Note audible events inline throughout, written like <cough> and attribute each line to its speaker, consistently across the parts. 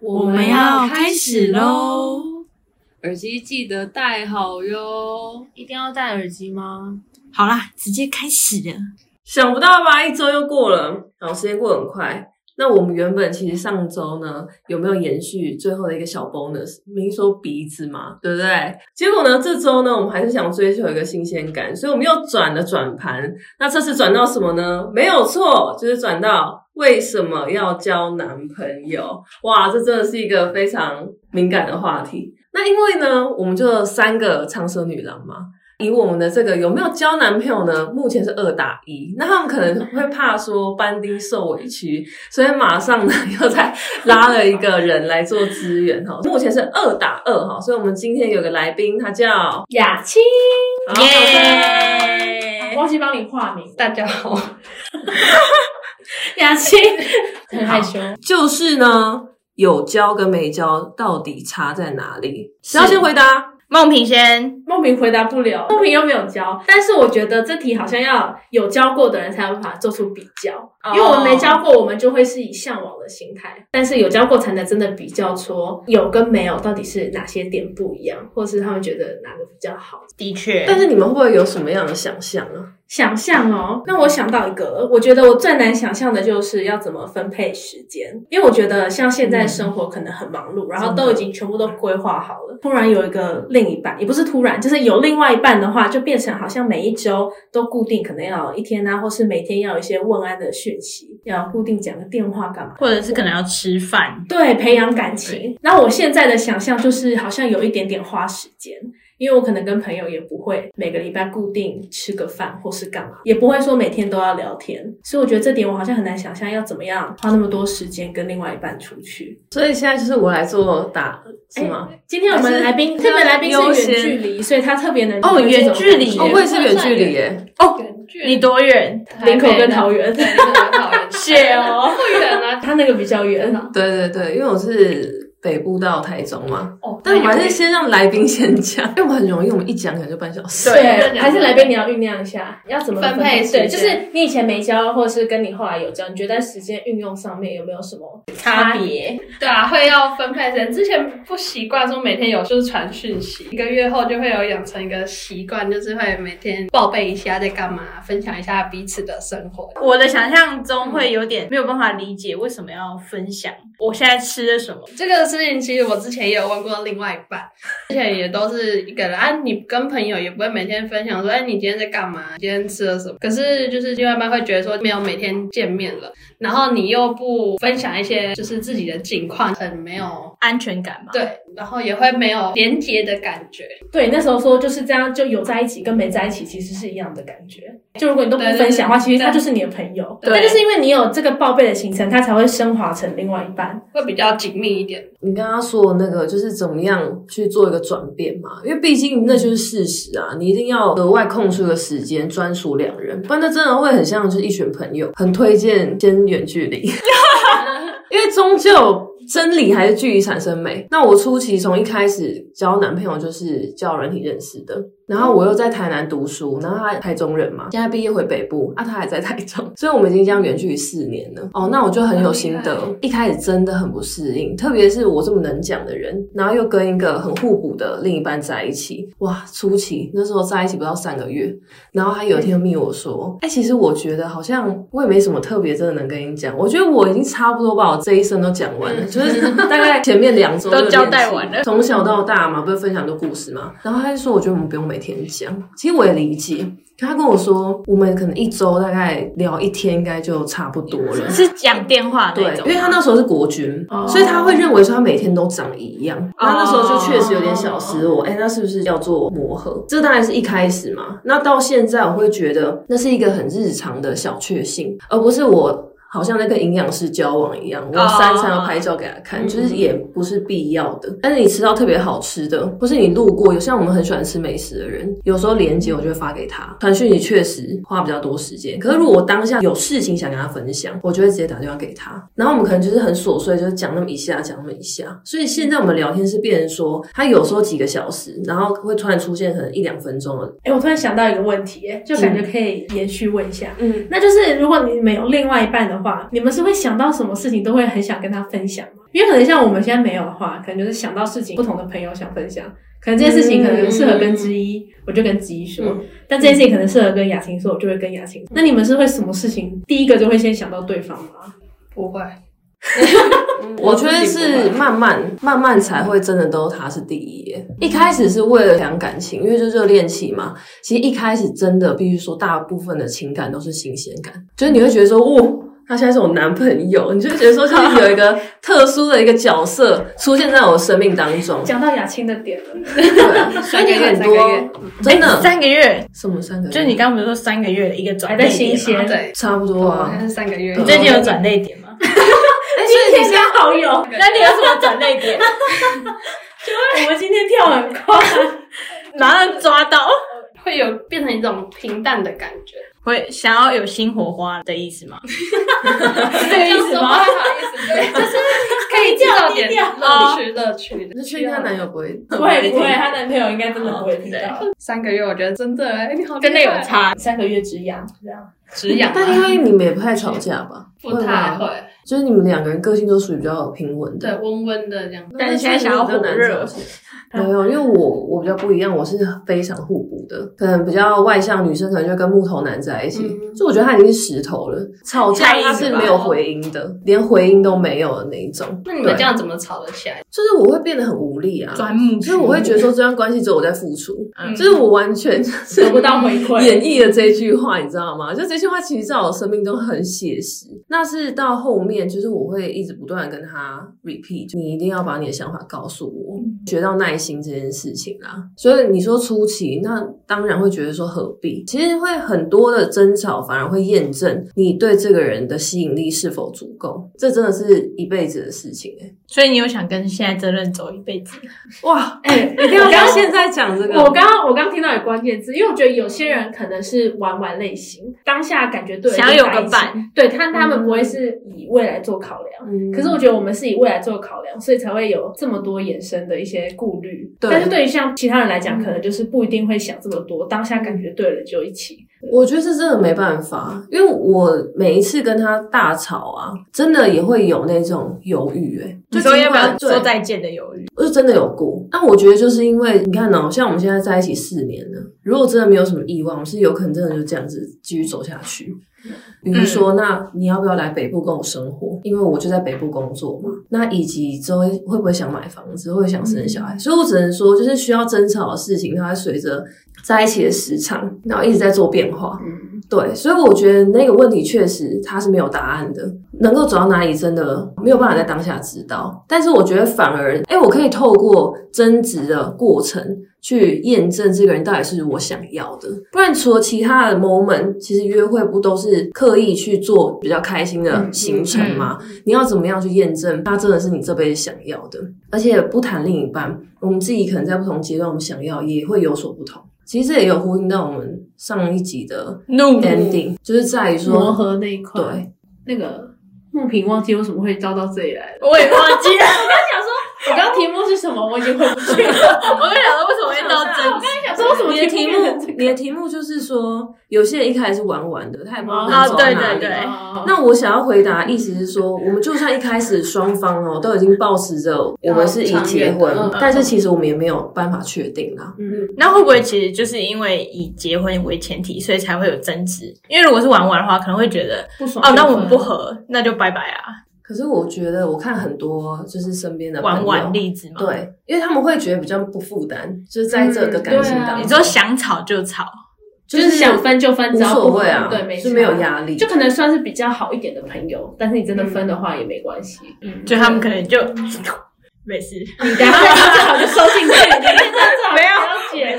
Speaker 1: 我
Speaker 2: 们要开始喽！
Speaker 1: 耳机记得戴好哟。
Speaker 3: 一定要戴耳机吗？
Speaker 2: 好啦，直接开始了。
Speaker 4: 想不到吧，一周又过了，好，时间过得很快。那我们原本其实上周呢，有没有延续最后的一个小 bonus？明说鼻子嘛，对不对？结果呢，这周呢，我们还是想追求一个新鲜感，所以我们又转了转盘。那这次转到什么呢？没有错，就是转到为什么要交男朋友？哇，这真的是一个非常敏感的话题。那因为呢，我们就三个长舌女郎嘛，以我们的这个有没有交男朋友呢？目前是二打一，那他们可能会怕说班丁受委屈，所以马上呢又再拉了一个人来做资源 <laughs> 哈。目前是二打二哈，所以我们今天有个来宾，他叫
Speaker 3: 雅青，
Speaker 4: 好
Speaker 3: 忘记帮你化名，
Speaker 1: 大家好，
Speaker 3: 雅青很害羞。
Speaker 4: 就是呢，有交跟没交到底差在哪里？谁要先回答？
Speaker 5: 梦萍先，
Speaker 3: 梦萍回答不了，梦萍又没有教，但是我觉得这题好像要有教过的人才有办法做出比较，
Speaker 5: 哦
Speaker 3: 因为我们没教过，我们就会是以向往的心态，但是有教过才能真的比较说有跟没有到底是哪些点不一样，或是他们觉得哪个比较好。
Speaker 5: 的确，
Speaker 4: 但是你们会不会有什么样的想象啊？
Speaker 3: 想象哦，那我想到一个，我觉得我最难想象的就是要怎么分配时间，因为我觉得像现在生活可能很忙碌，然后都已经全部都规划好了，突然有一个另一半，也不是突然，就是有另外一半的话，就变成好像每一周都固定，可能要一天啊，或是每天要有一些问安的讯息，要固定讲个电话干嘛。
Speaker 5: 或者是可能要吃饭，
Speaker 3: 对，培养感情。然后我现在的想象就是，好像有一点点花时间，因为我可能跟朋友也不会每个礼拜固定吃个饭或是干嘛，也不会说每天都要聊天。所以我觉得这点我好像很难想象要怎么样花那么多时间跟另外一半出去。
Speaker 4: 所以现在就是我来做答，是吗？
Speaker 3: 今天我们来宾，
Speaker 4: 哎还
Speaker 3: 特
Speaker 4: 是
Speaker 3: 别来宾
Speaker 4: 优
Speaker 3: 是
Speaker 4: 先
Speaker 3: 远距离，所以他特别能
Speaker 5: 哦
Speaker 3: 理解这
Speaker 5: 远
Speaker 3: 种
Speaker 5: 距离
Speaker 3: 感觉
Speaker 4: 哦，我也是远距离耶、
Speaker 5: 哦，你多远？
Speaker 3: 林口跟桃园
Speaker 1: 对，林口跟桃 <laughs>
Speaker 5: <laughs>
Speaker 1: 园，
Speaker 5: 谢哦，
Speaker 1: 不远啊，
Speaker 3: 他那个比较远。
Speaker 4: 对对对，因为我是北部到台中嘛，
Speaker 1: 哦，
Speaker 4: 但我还是先让来宾先讲，因为我很容易，我们一讲可能就半小时。
Speaker 5: 对
Speaker 3: 还是来宾你要酝酿一下，要怎么
Speaker 1: 分配时间
Speaker 3: 对，就是你以前没教，或者是跟你后来有教，你觉得在时间运用上面有没有什么
Speaker 5: 差别，
Speaker 1: 对啊，会要分配时间。之前不习惯说每天有就是传讯息，一个月后就会有养成一个习惯，就是会每天报备一下在干嘛，分享一下彼此的生活。
Speaker 5: 我的想象中会有点没有办法理解为什么要分享，我现在吃了什么？
Speaker 1: 这个事情其实我之前也有问过另外一半，之前也都是一个人啊，你跟朋友也不会每天分享说，哎，你今天在干嘛？你今天吃了什么？可是就是另外一半会觉得说，没有每天见面了，然后你又不分享一些就是自己的近况，很没有
Speaker 5: 安全感嘛，
Speaker 1: 对，然后也会没有连接的感觉。
Speaker 3: 对，那时候说就是这样，就有在一起跟没在一起其实是一样的感觉。就如果你都不
Speaker 1: 对对
Speaker 3: 分享的话，
Speaker 1: 对
Speaker 3: 其实他
Speaker 1: 对
Speaker 3: 就是你的朋友。
Speaker 1: 对
Speaker 3: 但就是因为你有这个报备的行程，他才会升华成另外一半。
Speaker 1: 会比较紧密一点。
Speaker 4: 你刚刚说的那个就是怎么样去做一个转变嘛？因为毕竟那就是事实啊，你一定要额外空出一个时间专属两人，不然那真的会很像就是一群朋友。很推荐先远距离，因为终究。真理还是距离产生美。那我初期从一开始交男朋友就是交友软体认识的，然后我又在台南读书，然后他台中人嘛，现在毕业回北部，啊，他还在台中， <laughs> 所以我们已经这样远距离四年了。哦，那我就很有心得
Speaker 1: 很厉，
Speaker 4: 一开始真的很不适应，特别是我这么能讲的人，然后又跟一个很互补的另一半在一起，哇，初期那时候在一起不到三个月，然后他有一天密我说：“哎、其实我觉得好像我也没什么特别，真的能跟你讲。我觉得我已经差不多把我这一生都讲完了，就是大概前面两周
Speaker 5: 都
Speaker 4: 的
Speaker 5: 交
Speaker 4: 练习
Speaker 5: 代完了
Speaker 4: 从小到大嘛，不是分享很多故事嘛。然后他就说：我觉得我们不用每天讲。其实我也理解，可他跟我说我们可能一周大概聊一天，应该就差不多了。
Speaker 5: 是讲电话
Speaker 4: 对
Speaker 5: 那，种哎
Speaker 4: 因为，他那时候是国军，
Speaker 3: 哦
Speaker 4: 所以他会认为说他每天都长一样。
Speaker 5: 哦
Speaker 4: 然后那时候就确实有点小失落，哎、那是不是要做磨合？这当然是一开始嘛。那到现在，我会觉得那是一个很日常的小确幸，而不是我。好像在跟营养师交往一样，我
Speaker 5: 哦
Speaker 4: 三餐要拍照给他看就是也不是必要的。但是你吃到特别好吃的，或是你路过，有像我们很喜欢吃美食的人，有时候连接我就会发给他，传讯息确实花比较多时间。可是如果我当下有事情想跟他分享，我就会直接打电话给他。然后我们可能就是很琐碎，就是讲那么一下，讲那么一下。所以现在我们聊天是变成说，他有时候几个小时，然后会突然出现可能一两分钟的，
Speaker 3: 哎，我突然想到一个问题，就感觉可以延续问一下。
Speaker 4: 嗯，
Speaker 3: 那就是如果你们有另外一半的的话，你们是会想到什么事情都会很想跟他分享吗？因为可能像我们现在没有的话，可能就是想到事情不同的朋友想分享，可能这件事情可能适合跟之一，我就跟之一说；
Speaker 4: 嗯
Speaker 3: 但这件事情可能适合跟雅琴说，我就会跟雅琴说。那你们是会什么事情第一个就会先想到对方吗？。
Speaker 1: 不会，
Speaker 4: 我觉得是慢慢慢慢才会真的都他是第一耶。一开始是为了讲感情，因为就热恋期嘛。其实一开始真的必须说，大部分的情感都是新鲜感，就是你会觉得说，哇、他现在是我男朋友，你就会觉得说，就是有一个特殊的一个角色出现在我生命当中
Speaker 3: 讲到雅琴的点了，
Speaker 4: 对，所以你很多真的、
Speaker 5: 哎三个月，
Speaker 4: 什么三个月，
Speaker 5: 就你刚刚不是说三个月的一个转
Speaker 3: 还
Speaker 5: 捩
Speaker 3: 在
Speaker 5: 点
Speaker 3: 新
Speaker 5: 吗
Speaker 3: 鲜，
Speaker 1: 对，
Speaker 4: 差不多
Speaker 1: 我
Speaker 4: 啊
Speaker 1: 还。是三个月。
Speaker 5: 你最近有转泪点吗？
Speaker 4: 哎、所以你是
Speaker 3: 刚好有。
Speaker 5: <laughs> 那你有什么转泪点？
Speaker 3: 我们今天跳很快，
Speaker 5: 马上抓到，
Speaker 1: 会有变成一种平淡的感觉，
Speaker 5: 会想要有新火花的意思吗？
Speaker 1: <laughs>
Speaker 5: 是这个意思
Speaker 1: 不
Speaker 5: 吗
Speaker 1: 太？好意思，对，就是 <laughs> 可以制造点乐趣乐趣的。
Speaker 4: 你是确定她男友不会？
Speaker 3: 不会不会，她男朋友应该真的不会听到。
Speaker 1: 三个月，我觉得真的，哎，你好厉害，
Speaker 5: 真的有差，
Speaker 3: 三个月之痒，这样
Speaker 1: 止痒
Speaker 4: 但
Speaker 1: 吗，
Speaker 4: 因为你们也不太吵架吧？
Speaker 1: 不太
Speaker 4: 吗
Speaker 1: 会，
Speaker 4: 就是你们两个人个性都属于比较平稳
Speaker 1: 对，
Speaker 4: 的。
Speaker 1: 温温的这样。
Speaker 5: 但是现在想要火热，
Speaker 4: 没有，因为我我比较不一样，我是非常互补的，可能比较外向女生可能就跟木头男在一起，
Speaker 1: 嗯
Speaker 4: 所以我觉得他已经是石头了，吵架他是没有回音的，连回音都没有的那一种。
Speaker 1: 那你们
Speaker 4: 对
Speaker 1: 这样怎么吵得起来？
Speaker 4: 就是我会变得很无力啊，
Speaker 5: <laughs> 钻木
Speaker 4: 所以我会觉得说这段关系只有我在付出，
Speaker 5: 嗯
Speaker 4: 就是我完全 <laughs> 是
Speaker 3: 得不到回馈。
Speaker 4: 演绎了这句话，你知道吗？就这句话其实在我生命中很写实。那是到后面，就是我会一直不断地跟他 repeat，你一定要把你的想法告诉我，
Speaker 3: 嗯
Speaker 4: 学到耐心这件事情啦。所以你说初期，那当然会觉得说何必？其实会很多的争吵，反而会验证你对这个人的吸引力是否足够。这真的是一辈子的事情哎、
Speaker 5: <laughs> 所以你有想跟现在这任走一辈子？
Speaker 4: 哇，
Speaker 3: <laughs> 哎，
Speaker 4: 一定要到现在讲这个，
Speaker 3: 我刚刚我刚听到有关键字，因为我觉得有些人可能是玩玩类型，当下感觉对，
Speaker 5: 想要有个，伴，
Speaker 3: 对他他们不会是以未来做考量。
Speaker 4: 嗯
Speaker 3: 可是我觉得我们是以未来做考量，所以才会有这么多衍生的一些顾虑。
Speaker 4: 对
Speaker 3: 但是对于像其他人来讲，可能就是不一定会想这么多，当下感觉对了就一起。
Speaker 4: 我觉得这真的没办法，因为我每一次跟他大吵啊，真的也会有那种犹豫、欸，哎，
Speaker 5: 你说要不要
Speaker 4: 对
Speaker 5: 说再见的犹豫？
Speaker 4: 我就真的有过。但我觉得就是因为你看哦、像我们现在在一起四年了，如果真的没有什么意外，我们是有可能真的就这样子继续走下去。比
Speaker 5: 嗯
Speaker 4: 如说，那你要不要来北部跟我生活？因为我就在北部工作嘛。那以及之后会不会想买房子，会不会想生小孩？所以我只能说，就是需要争吵的事情，它会随着在一起的时长，然后一直在做变化。
Speaker 3: 嗯，
Speaker 4: 对，所以我觉得那个问题确实它是没有答案的，能够走到哪里真的没有办法在当下知道。但是我觉得反而，哎、我可以透过争执的过程去验证这个人到底是我想要的。不然，除了其他的 moment，其实约会不都是刻意去做比较开心的行程吗？你要怎么样去验证他真的是你这辈子想要的？而且不谈另一半，我们自己可能在不同阶段，我们想要也会有所不同。其实这也有呼应到我们上一集的
Speaker 5: 怒
Speaker 4: ending，就是
Speaker 3: 嗯
Speaker 4: 在于
Speaker 3: 磨
Speaker 4: 说，
Speaker 3: 合那一块，
Speaker 4: 对，
Speaker 3: 那个木平忘记为什么会招到这里来了。
Speaker 5: 我也忘记了，
Speaker 3: 我刚题目是什么？我已经回
Speaker 4: <laughs>
Speaker 3: 不去了。
Speaker 5: <laughs> 我就想说为什么会到争执？
Speaker 3: 想说为什么
Speaker 4: 你的题
Speaker 3: 目变成 <laughs> 这
Speaker 4: 目，
Speaker 3: 个
Speaker 4: 你的题目就是说，有些人一开始是玩玩的，他也不知道
Speaker 5: 啊
Speaker 4: 他走到
Speaker 5: 对
Speaker 4: 哪里
Speaker 5: 对对
Speaker 3: 哦
Speaker 4: 那我想要回答，意思是说，我们就算一开始双方哦都已经抱持着我们是已结婚
Speaker 1: 嗯嗯嗯，
Speaker 4: 但是其实我们也没有办法确定啊啦。
Speaker 3: 嗯，
Speaker 5: 那会不会其实就是因为以结婚为前提，所以才会有争执？因为如果是玩玩的话，可能会觉得
Speaker 3: 不爽
Speaker 5: 哦，那
Speaker 3: 就
Speaker 5: 我们
Speaker 3: 分
Speaker 5: 不合，那就拜拜啊，
Speaker 4: 可是我觉得，我看很多就是身边的朋
Speaker 5: 玩
Speaker 4: 友
Speaker 5: 玩例子嘛。，
Speaker 4: 对，因为他们会觉得比较不负担，就是在这个感情
Speaker 1: 嗯对啊
Speaker 4: 当
Speaker 5: 你
Speaker 4: 中，
Speaker 5: 说想吵就吵，
Speaker 3: 就是想分就分，
Speaker 4: 无
Speaker 3: 只要
Speaker 4: 所
Speaker 3: 不
Speaker 4: 谓啊，
Speaker 3: 对，没
Speaker 4: 就
Speaker 3: 差
Speaker 4: 没有，压力，
Speaker 3: 就可能算是比较好一点的朋友，但是你真的分的话也没关系。嗯，
Speaker 5: 就他们可能就 <laughs> 没事，
Speaker 3: 你等一下最好就收进去，你这个最好
Speaker 5: 没
Speaker 1: <laughs>
Speaker 5: 有
Speaker 3: 不要剪。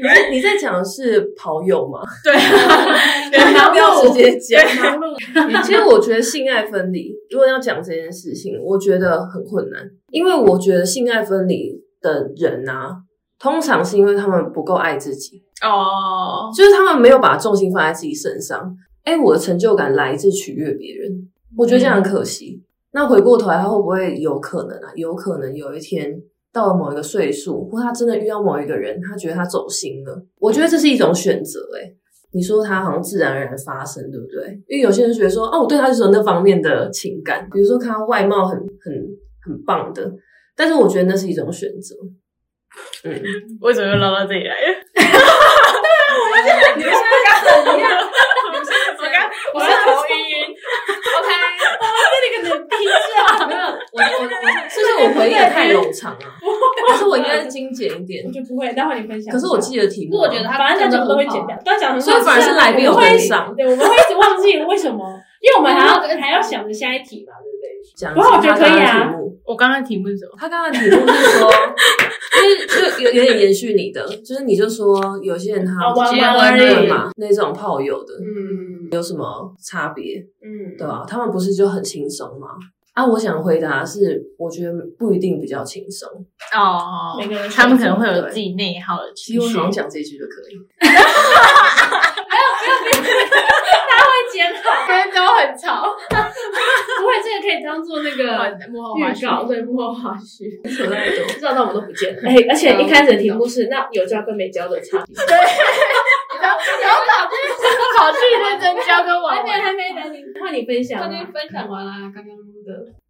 Speaker 4: 你在你在讲的是跑友吗？
Speaker 5: 对，
Speaker 4: <laughs> 不要直接讲。
Speaker 3: 忙碌，
Speaker 4: <laughs> 其实我觉得性爱分离，如果要讲这件事情，我觉得很困难，因为我觉得性爱分离的人啊，通常是因为他们不够爱自己，
Speaker 5: 哦，
Speaker 4: 就是他们没有把重心放在自己身上。哎，我的成就感来自取悦别人，我觉得这样很可惜。那回过头来，他会不会有可能啊？有可能有一天到了某一个岁数，或他真的遇到某一个人，他觉得他走心了。我觉得这是一种选择、欸，你说它好像自然而然发生，对不对？因为有些人觉得说，哦，我对他就是有那方面的情感，比如说看他外貌很很很棒的，但是我觉得那是一种选择。嗯，
Speaker 5: 为什么又唠到这里来了？
Speaker 3: 嗯
Speaker 4: 你们现在怎
Speaker 3: <laughs>
Speaker 4: 样？
Speaker 5: 我刚我刚头晕晕，
Speaker 4: 没有，我我我，是不是我回应的太冗长啊？可是我应该精简一点
Speaker 3: 我。就不会，待会你分享。
Speaker 4: <laughs> 可是我记得题目
Speaker 1: 不
Speaker 4: 啊，
Speaker 1: 过我觉得他
Speaker 3: <laughs> 反正大
Speaker 1: 真
Speaker 3: 家
Speaker 1: 的
Speaker 3: 都会
Speaker 1: 很好
Speaker 3: 剪掉，都讲得很好
Speaker 4: 所以反而是来宾有
Speaker 3: 我们会
Speaker 4: 跟
Speaker 3: 一直
Speaker 4: 上
Speaker 3: 对，我们会一直忘记为什么，因为我们还要还要想着下一题嘛，对不对？
Speaker 4: 讲
Speaker 3: 不过我觉得可以
Speaker 4: 他
Speaker 3: 啊
Speaker 4: 刚刚的题目。
Speaker 5: 我刚刚的题目是什么？
Speaker 4: 他刚刚的题目是说，就是就有有点延续你的，就是你就说有些人他
Speaker 3: 啊玩
Speaker 1: 玩
Speaker 4: 玩
Speaker 1: 而
Speaker 4: 的
Speaker 1: 已
Speaker 4: 嘛，那种炮友的
Speaker 1: 嗯
Speaker 4: 有什么差别，
Speaker 1: 嗯，
Speaker 4: 对吧、他们不是就很轻松吗？啊，我想回答是，我觉得不一定比较轻松。
Speaker 5: 哦，
Speaker 3: 每个人
Speaker 5: 他们可能会有自己内耗的
Speaker 4: 其实
Speaker 5: 情
Speaker 4: 我
Speaker 5: 绪
Speaker 4: 好。像讲这一句就可以。
Speaker 3: <laughs> 会剪 <laughs> 好，
Speaker 1: 人都很吵。
Speaker 3: 不会，这个可以当做那个
Speaker 5: 幕后花
Speaker 3: 预告，
Speaker 5: 絮，
Speaker 3: 对幕后花絮。
Speaker 4: 扯太多，
Speaker 3: 绕 <laughs> 到我们都不见了。哎，而且一开始的题目是那有教跟没教的差别。
Speaker 5: 考去认真教跟玩玩。
Speaker 3: 还没等你，换你分享
Speaker 1: 刚
Speaker 3: 啊。
Speaker 1: 刚分享完啦，刚刚的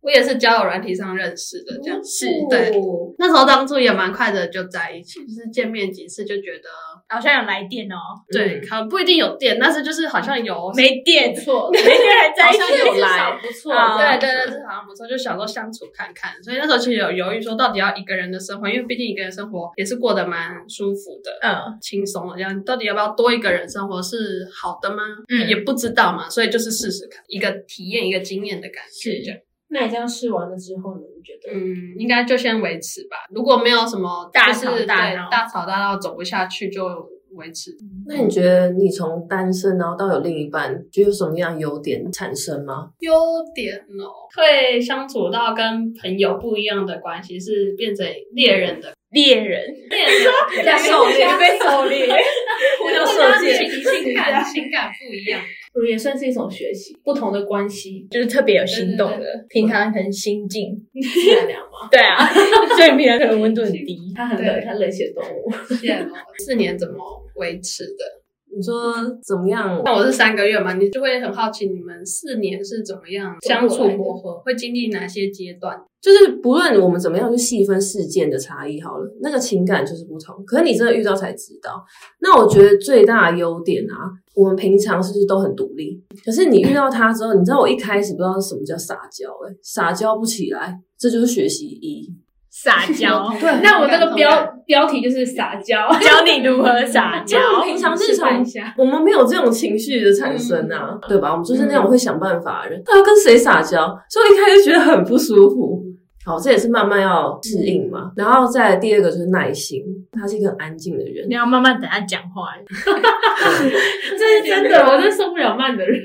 Speaker 1: 我也是交友软体上认识的，这样
Speaker 5: 是
Speaker 1: 对。那时候当初也蛮快的就在一起，就是见面几次就觉得
Speaker 5: 好像有来电哦，
Speaker 1: 对，可能不一定有电，但是就是好像有
Speaker 5: 没电，
Speaker 1: 不错，
Speaker 5: 没电还在
Speaker 4: 好
Speaker 5: 一
Speaker 4: 像
Speaker 5: 起。
Speaker 4: 有来，
Speaker 3: 不错
Speaker 5: 啊
Speaker 1: 对对对，这好像不错，就想说相处看看。所以那时候其实有犹豫说，到底要一个人的生活，因为毕竟一个人生活也是过得蛮舒服的。
Speaker 5: 嗯，
Speaker 1: 轻松的这样，到底要不要多一个人生活是好的吗？
Speaker 5: 嗯
Speaker 1: 也不知道嘛，所以就是试试看，一个体验一个经验的感觉。
Speaker 5: 是
Speaker 1: 这样，
Speaker 3: 那你这样试完了之后呢？你觉得？
Speaker 1: 嗯，应该就先维持吧。如果没有什么
Speaker 5: 大
Speaker 1: 就是
Speaker 5: 吵大
Speaker 1: 对
Speaker 5: 闹
Speaker 1: 大吵大闹走不下去就维持。
Speaker 4: 那你觉得你从单身然后到有另一半，就有什么样的优点产生吗？
Speaker 1: 优点哦，会相处到跟朋友不一样的关系，是变成猎人的
Speaker 5: 猎人，
Speaker 1: 猎人。
Speaker 4: 在狩猎
Speaker 5: <laughs> 被狩猎，
Speaker 4: 互相射箭，
Speaker 1: 情感情感不一样，
Speaker 3: 嗯，也算是一种学习，不同的关 <laughs> 系，
Speaker 5: 就是特别有心动
Speaker 1: 对
Speaker 5: 的，平常很心静。
Speaker 3: 自然凉嘛。
Speaker 5: 对啊， <laughs> 所以平常可能温度很低。
Speaker 3: 它很冷，它冷血动物。
Speaker 1: 谢哦，四年怎么维持的？
Speaker 4: 你说怎么样？
Speaker 1: 那我是三个月嘛，你就会很好奇你们四年是怎么样相处磨合，会经历哪些阶段？
Speaker 4: 就是不论我们怎么样去细分事件的差异，好了，那个情感就是不同。可是你真的遇到才知道。那我觉得最大的优点啊，我们平常是不是都很独立？可是你遇到他之后，你知道我一开始不知道什么叫撒娇、欸，撒娇不起来，这就是学习一。
Speaker 5: 撒 <laughs> 娇，
Speaker 4: <laughs>
Speaker 1: 对
Speaker 3: 那我这个标标题就是撒娇，
Speaker 5: 教你如何撒娇 <laughs>
Speaker 4: 就。我们 <laughs> 平常日
Speaker 3: 示范
Speaker 4: 常
Speaker 3: 一下。
Speaker 4: 我们没有这种情绪的产生啊，对吧？我们就是那种会想办法的人。他要跟谁撒娇，所以我一开始觉得很不舒服。好，这也是慢慢要适应嘛。然后再来第二个就是耐心，他是一个很安静的人
Speaker 5: 你。要慢慢等他讲话，
Speaker 3: <laughs> 这是真
Speaker 4: <laughs>
Speaker 3: 的，我真受不了慢的人。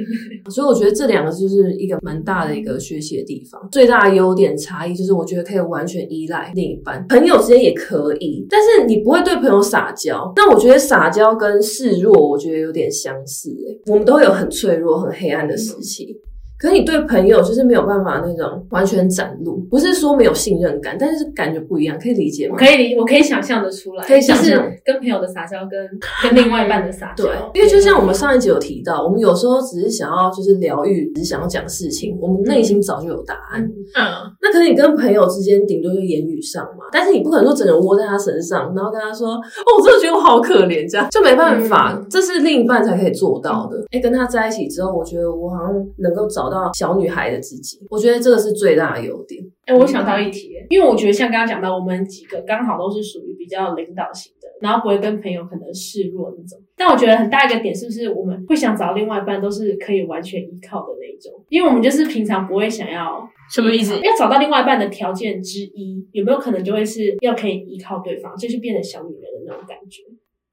Speaker 4: 所以我觉得这两个就是一个蛮大的一个学习的地方。最大的优点差异就是，我觉得可以完全依赖另一半，朋友之间也可以，但是你不会对朋友撒娇。那我觉得撒娇跟示弱，我觉得有点相似、欸。我们都有很脆弱、很黑暗的时期。可是你对朋友就是没有办法那种完全展露，不是说没有信任感，但是感觉不一样，可以理解吗
Speaker 3: 我？可以理，我可以想象的出来，
Speaker 4: 可以想象
Speaker 3: 就是跟朋友的撒娇，跟 <laughs> 跟另外一半的撒娇
Speaker 4: 对。，因为就像我们上一集有提到，我们有时候只是想要就是疗愈，只是想要讲事情，我们内心早就有答案。
Speaker 5: 嗯，
Speaker 4: 那可能你跟朋友之间顶多就言语上嘛，但是你不可能说整个窝在他身上，然后跟他说：“哦，我真的觉得我好可怜。”这样就没办法，
Speaker 3: 嗯
Speaker 4: 这是另一半才可以做到的。哎、跟他在一起之后，我觉得我好像能够找到小女孩的自己，我觉得这个是最大的优点。
Speaker 3: 哎、我想到一题耶，因为我觉得像刚刚讲到，我们几个刚好都是属于比较领导型的，然后不会跟朋友可能示弱那种。但我觉得很大一个点是不是我们会想找另外一半都是可以完全依靠的那一种？因为我们就是平常不会想要
Speaker 5: 什么意思？
Speaker 3: 要找到另外一半的条件之一，有没有可能就会是要可以依靠对方，就是变成小女人的那种感觉？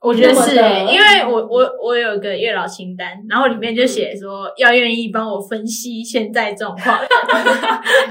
Speaker 5: 我觉得是、
Speaker 3: 那么
Speaker 5: 欸，
Speaker 3: 的
Speaker 5: 因为我我我有一个月老清单，然后里面就写说要愿意帮我分析现在状况。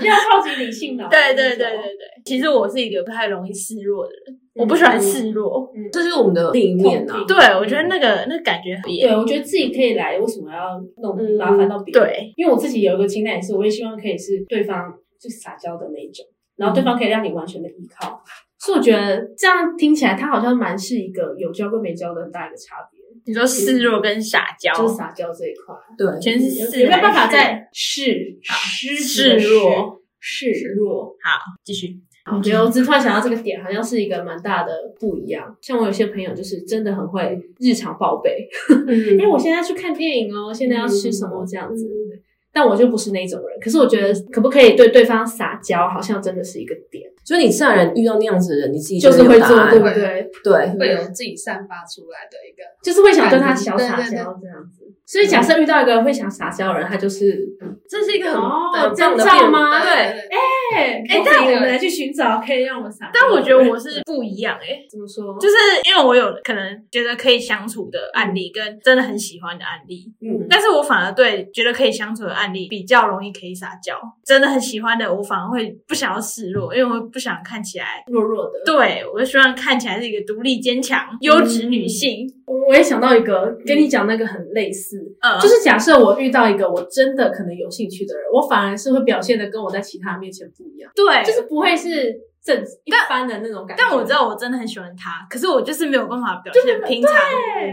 Speaker 3: 要超级理性脑。
Speaker 5: <laughs> 对对对对对，其实我是一个不太容易示弱的人，
Speaker 3: 嗯
Speaker 5: 我不喜欢示弱。
Speaker 4: 这就是我们的另一面啊
Speaker 3: 痛。
Speaker 5: 对，我觉得那
Speaker 3: 嗯
Speaker 5: 个那感觉很
Speaker 3: 对，我觉得自己可以来，为什么要弄
Speaker 4: 嗯
Speaker 3: 麻烦到别人？
Speaker 5: 对，
Speaker 3: 因为我自己有一个经验也是，我也希望可以是对方就是撒娇的那一种，然
Speaker 5: 嗯
Speaker 3: 后对方可以让你完全的依靠。所以我觉得这样听起来，他好像蛮是一个有教跟没教的很大一个差别。
Speaker 5: 你说示弱跟撒娇，
Speaker 3: 就是撒娇这一块，
Speaker 4: 对，
Speaker 5: 全是四，
Speaker 3: 有没有办法在示示
Speaker 5: 示弱？
Speaker 3: 示弱。
Speaker 5: 继续？
Speaker 3: 我觉得我只突然想到这个点，好像是一个蛮大的不一样。像我有些朋友就是真的很会日常报备，
Speaker 4: 嗯嗯
Speaker 3: 哎、我现在去看电影哦，现在要吃什么这样子。但我就不是那种人，可是我觉得可不可以对对方撒娇，好像真的是一个点，
Speaker 4: 所以你自然遇到那样子的人，你自己
Speaker 3: 就是
Speaker 4: 有
Speaker 3: 会
Speaker 4: 答
Speaker 3: 做，
Speaker 4: 案
Speaker 3: 对不对？
Speaker 4: 对，
Speaker 1: 会有自己散发出来的一个
Speaker 3: 就是会想对他小撒
Speaker 1: 对对对
Speaker 3: 娇这样子。所以假设遇到一个会想撒娇的人，他就是
Speaker 4: 嗯这是一个很
Speaker 3: 哦
Speaker 4: 很
Speaker 3: 这样
Speaker 4: 棒的
Speaker 3: 照
Speaker 4: 变
Speaker 3: 吗
Speaker 4: 化对，
Speaker 1: 哎，
Speaker 3: 哎
Speaker 1: 哎
Speaker 3: 但
Speaker 1: 但
Speaker 3: 我
Speaker 1: 我
Speaker 3: 们来去寻找可以让我们撒娇的人。
Speaker 5: 但我觉得我是不一样哎、欸
Speaker 3: 怎么说？
Speaker 5: 就是因为我有可能觉得可以相处的案例，跟真的很喜欢的案例，
Speaker 4: 嗯
Speaker 5: 但是我反而对觉得可以相处的案例比较容易可以撒娇，真的很喜欢的，我反而会不想要示弱，因为我不想看起来
Speaker 3: 弱弱的。
Speaker 5: 对我就希望看起来是一个独立坚强、优质女性。
Speaker 3: 我我也想到一个跟你讲那个很类似，
Speaker 5: 嗯，
Speaker 3: 就是假设我遇到一个我真的可能有兴趣的人，我反而是会表现的跟我在其他人面前不一样，
Speaker 5: 对，
Speaker 3: 就是不会是正一般的那种感觉。
Speaker 5: 但我知道我真的很喜欢他，可是我就是没有办法表现平常，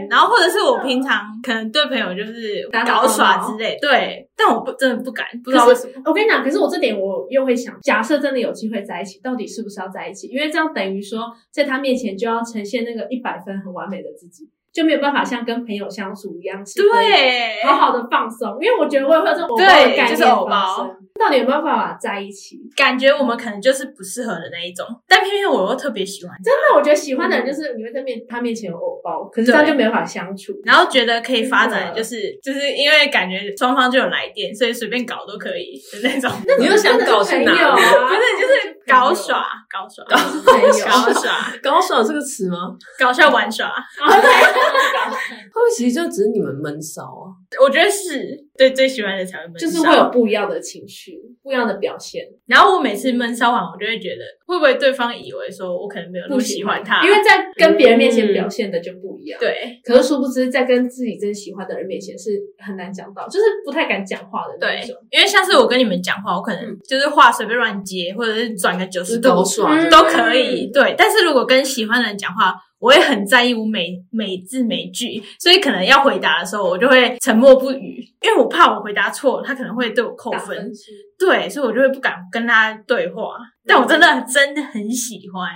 Speaker 5: 然后或者是我平常可能对朋友就是
Speaker 3: 打打闹
Speaker 5: 搞
Speaker 3: 闹
Speaker 5: 耍之类，对，但我不真的不敢，不知道
Speaker 3: 可
Speaker 5: 为
Speaker 3: 是
Speaker 5: 什么。
Speaker 3: 我跟你讲，可是我这点我又会想，假设真的有机会在一起，到底是不是要在一起？因为这样等于说，在他面前就要呈现那个一百分很完美的自己，就没有办法像跟朋友相处一样，是可以
Speaker 5: 对，
Speaker 3: 好好的放松。因为我觉得我也会有这种偶包的
Speaker 5: 对
Speaker 3: 概
Speaker 5: 就
Speaker 3: 念
Speaker 5: 是偶包
Speaker 3: 发生，到底有没有办法在一起？
Speaker 5: 感觉我们可能就是不适合的那一种，但偏偏我又特别喜欢他，
Speaker 3: 那我觉得喜欢的
Speaker 5: 嗯
Speaker 3: 人就是你会在面他面前有偶包，可是这样就没有办法相处。
Speaker 5: 然后觉得可以发展，
Speaker 3: 真的
Speaker 5: 就是就是因为感觉双方就有来电，所以随便搞都可以的那种，
Speaker 4: 你又想搞是
Speaker 3: 朋友
Speaker 4: 哪？
Speaker 3: 啊，
Speaker 5: 不是就是搞耍搞耍
Speaker 3: 朋友，
Speaker 5: 搞耍
Speaker 4: 搞爽这个词吗？
Speaker 5: 搞笑玩耍，
Speaker 1: 嗯
Speaker 4: 会不会其实就只是你们闷骚啊？
Speaker 5: 我觉得是对最喜欢的才会闷骚，
Speaker 3: 就是会有不一样的情绪，不一样的表现。
Speaker 5: 然后我每次闷骚完，我就会觉得会不会对方以为说我可能没有那
Speaker 3: 不
Speaker 5: 么喜欢他，嗯
Speaker 3: 因为在跟别人面前表现的就不一样。，
Speaker 5: 对
Speaker 3: 可是殊不知在跟自己真喜欢的人面前是很难讲到，就是不太敢讲话的那
Speaker 5: 对
Speaker 3: 种。，
Speaker 5: 因为像是我跟你们讲话，我可能就是话随便乱接，或者是转个九
Speaker 4: 就
Speaker 5: 十
Speaker 4: 是
Speaker 5: 度
Speaker 4: 搞爽，
Speaker 3: 嗯
Speaker 5: 都可以，对。但是如果跟喜欢的人讲话，我会很在意我每每字每句，所以可能要回答的时候，我就会沉默不语，因为我怕我回答错，他可能会对我扣
Speaker 3: 打
Speaker 5: 分
Speaker 3: 分，嗯数
Speaker 5: 对，所以我就会不敢跟他对话。但我真的真的很喜欢，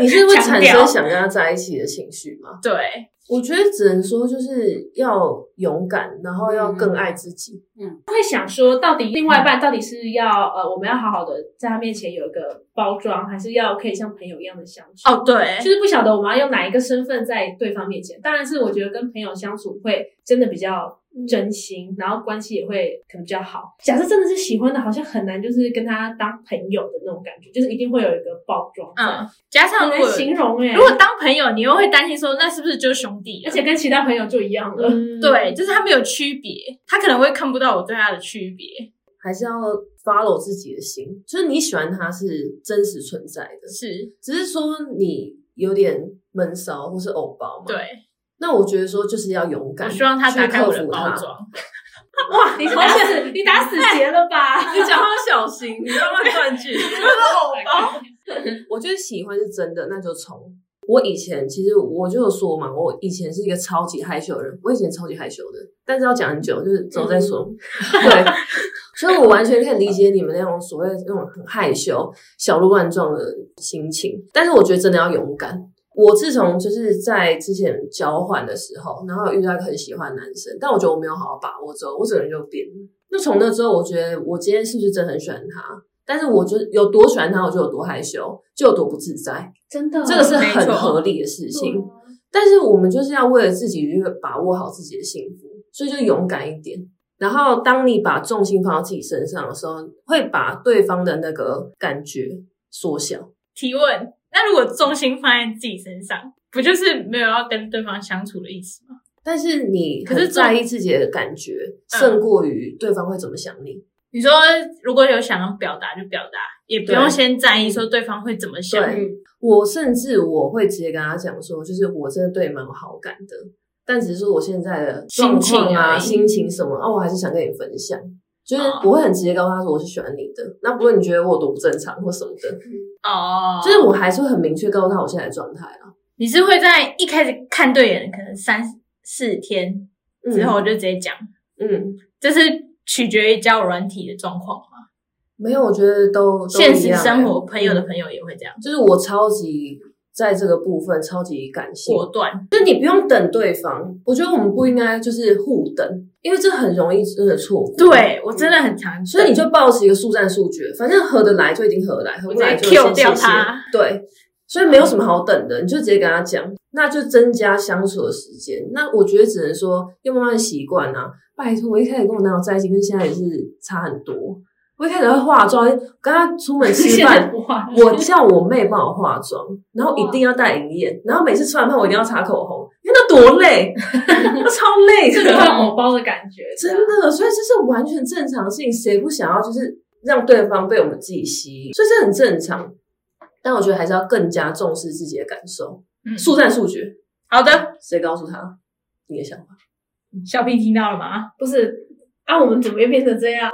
Speaker 4: 你是会
Speaker 5: 强
Speaker 4: 产
Speaker 5: 调
Speaker 4: 生想跟他在一起的情绪吗？
Speaker 5: 对，
Speaker 4: 我觉得只能说就是要勇敢，然后
Speaker 5: 嗯
Speaker 4: 要更爱自己。
Speaker 3: 会想说，到底另外一半到底是要呃，我们要好好的在他面前有一个包装，还是要可以像朋友一样的相处？
Speaker 5: 哦，对，
Speaker 3: 就是不晓得我们要用哪一个身份在对方面前。当然是我觉得跟朋友相处会真的比较真心，然后关系也会可能比较好。假设真的是喜欢的，好像很难就是跟他当朋友的那种感觉，就是一定会有一个包装，
Speaker 5: 嗯，加上
Speaker 3: 很
Speaker 5: 如
Speaker 3: 难
Speaker 5: 果
Speaker 3: 形容哎、欸。
Speaker 5: <laughs> 如果当朋友，你又会担心说，那是不是就是兄弟了？
Speaker 3: 而且跟其他朋友就一样了，
Speaker 5: 嗯对，就是他们有区别，他可能会看不到我对他的区别。
Speaker 4: 还是要 follow 自己的心，就是你喜欢他是真实存在的，
Speaker 5: 是，
Speaker 4: 只是说你有点闷骚或是偶包嘛。，
Speaker 5: 对，
Speaker 4: 那我觉得说就是要勇
Speaker 5: 我
Speaker 4: 敢，
Speaker 5: 希望他打开我的包
Speaker 4: 去克服
Speaker 5: 装。
Speaker 3: 哇，你打死你打死结了吧？
Speaker 4: 它。你讲话小心，你不要乱断句。
Speaker 1: 包
Speaker 4: <laughs> 我觉得喜欢是真的，那就冲。我以前其实我就有说嘛，我以前是一个超级害羞的人，我以前超级害羞的，但是要讲很久，就是走再说。 <laughs> 对，所以我完全可以理解你们那种所谓那种很害羞、小鹿乱撞的心情，但是我觉得真的要勇敢。我自从就是在之前交换的时候，然后有遇到一个很喜欢的男生，但我觉得我没有好好把握之后，我整个人就变了。那从那之后，我觉得我今天是不是真的很喜欢他？但是我觉得有多喜欢他，我就有多害羞，就有多不自在，
Speaker 3: 真的，
Speaker 4: 这个是
Speaker 5: 嗯没
Speaker 4: 很
Speaker 5: 错啊
Speaker 4: 合理的事情。但是我们就是要为了自己去把握好自己的幸福，所以就勇敢一点。然后，当你把重心放到自己身上的时候，会把对方的那个感觉缩小。
Speaker 5: 提问：那如果重心放在自己身上，不就是没有要跟对方相处的意思吗？
Speaker 4: 但是你
Speaker 5: 可
Speaker 4: 很
Speaker 5: 是重
Speaker 4: 在意自己的感觉，
Speaker 5: 嗯
Speaker 4: 胜过于对方会怎么想你。
Speaker 5: 你说如果有想要表达就表达，也不
Speaker 4: 对
Speaker 5: 用先在意说对方会怎么想。
Speaker 4: 对我甚至我会直接跟他讲说，就是我真的对你蛮有好感的，但只是说我现在的状况啊、
Speaker 5: 心
Speaker 4: 心情什么啊，我还是想跟你分享。就是
Speaker 5: 哦
Speaker 4: 我会很直接告诉他说我是喜欢你的，那不论你觉得我有多不正常或什么的，
Speaker 5: 哦，
Speaker 4: 就是我还是会很明确告诉他我现在的状态啊。
Speaker 5: 你是会在一开始看对眼，可能三四天之后就直接讲，
Speaker 4: 嗯，
Speaker 5: 这是取决于交友软体的状况吗？
Speaker 4: 没有，我觉得都都
Speaker 5: 现
Speaker 4: 一
Speaker 5: 实
Speaker 4: 样
Speaker 5: 生
Speaker 4: 欸
Speaker 5: 活朋友的朋友也会这样，
Speaker 4: 就是我超级在这个部分超级感性，
Speaker 5: 果断。
Speaker 4: 就是你不用等对方，我觉得我们不应该就是互等，因为这很容易真的错过。，
Speaker 5: 对我真的很常，
Speaker 4: 所以你就抱持一个速战速决，反正合得来就一定合得来，合不来就
Speaker 5: 直接 cue
Speaker 4: 先
Speaker 5: 掉
Speaker 4: 谢谢
Speaker 5: 他。
Speaker 4: 对，所以没有什么好等的，你就直接跟他讲，那就增加相处的时间。那我觉得只能说要慢慢习惯啊。拜托，我一开始跟我男友在一起，跟现在也是差很多。我一开始会化妆，跟他出门吃
Speaker 3: 现在
Speaker 5: <laughs>
Speaker 4: 饭，
Speaker 3: 不画，
Speaker 4: 我叫我妹帮我化妆，然后一定要戴眼眼，然后每次吃完饭我一定要擦口红，因为那
Speaker 5: <laughs>
Speaker 4: 多累，那超累
Speaker 3: 这个
Speaker 4: 的，
Speaker 3: 换偶包的感觉，
Speaker 4: 真的，所以这是完全正常的事情，谁不想要就是让对方被我们自己吸引，所以这很正常。但我觉得还是要更加重视自己的感受，
Speaker 5: 嗯
Speaker 4: 速战速决。
Speaker 5: 好的，
Speaker 4: 谁告诉他你的想法？
Speaker 5: 小 P 听到了 <laughs> 吗？
Speaker 3: 不是啊？我们怎么会变成这样？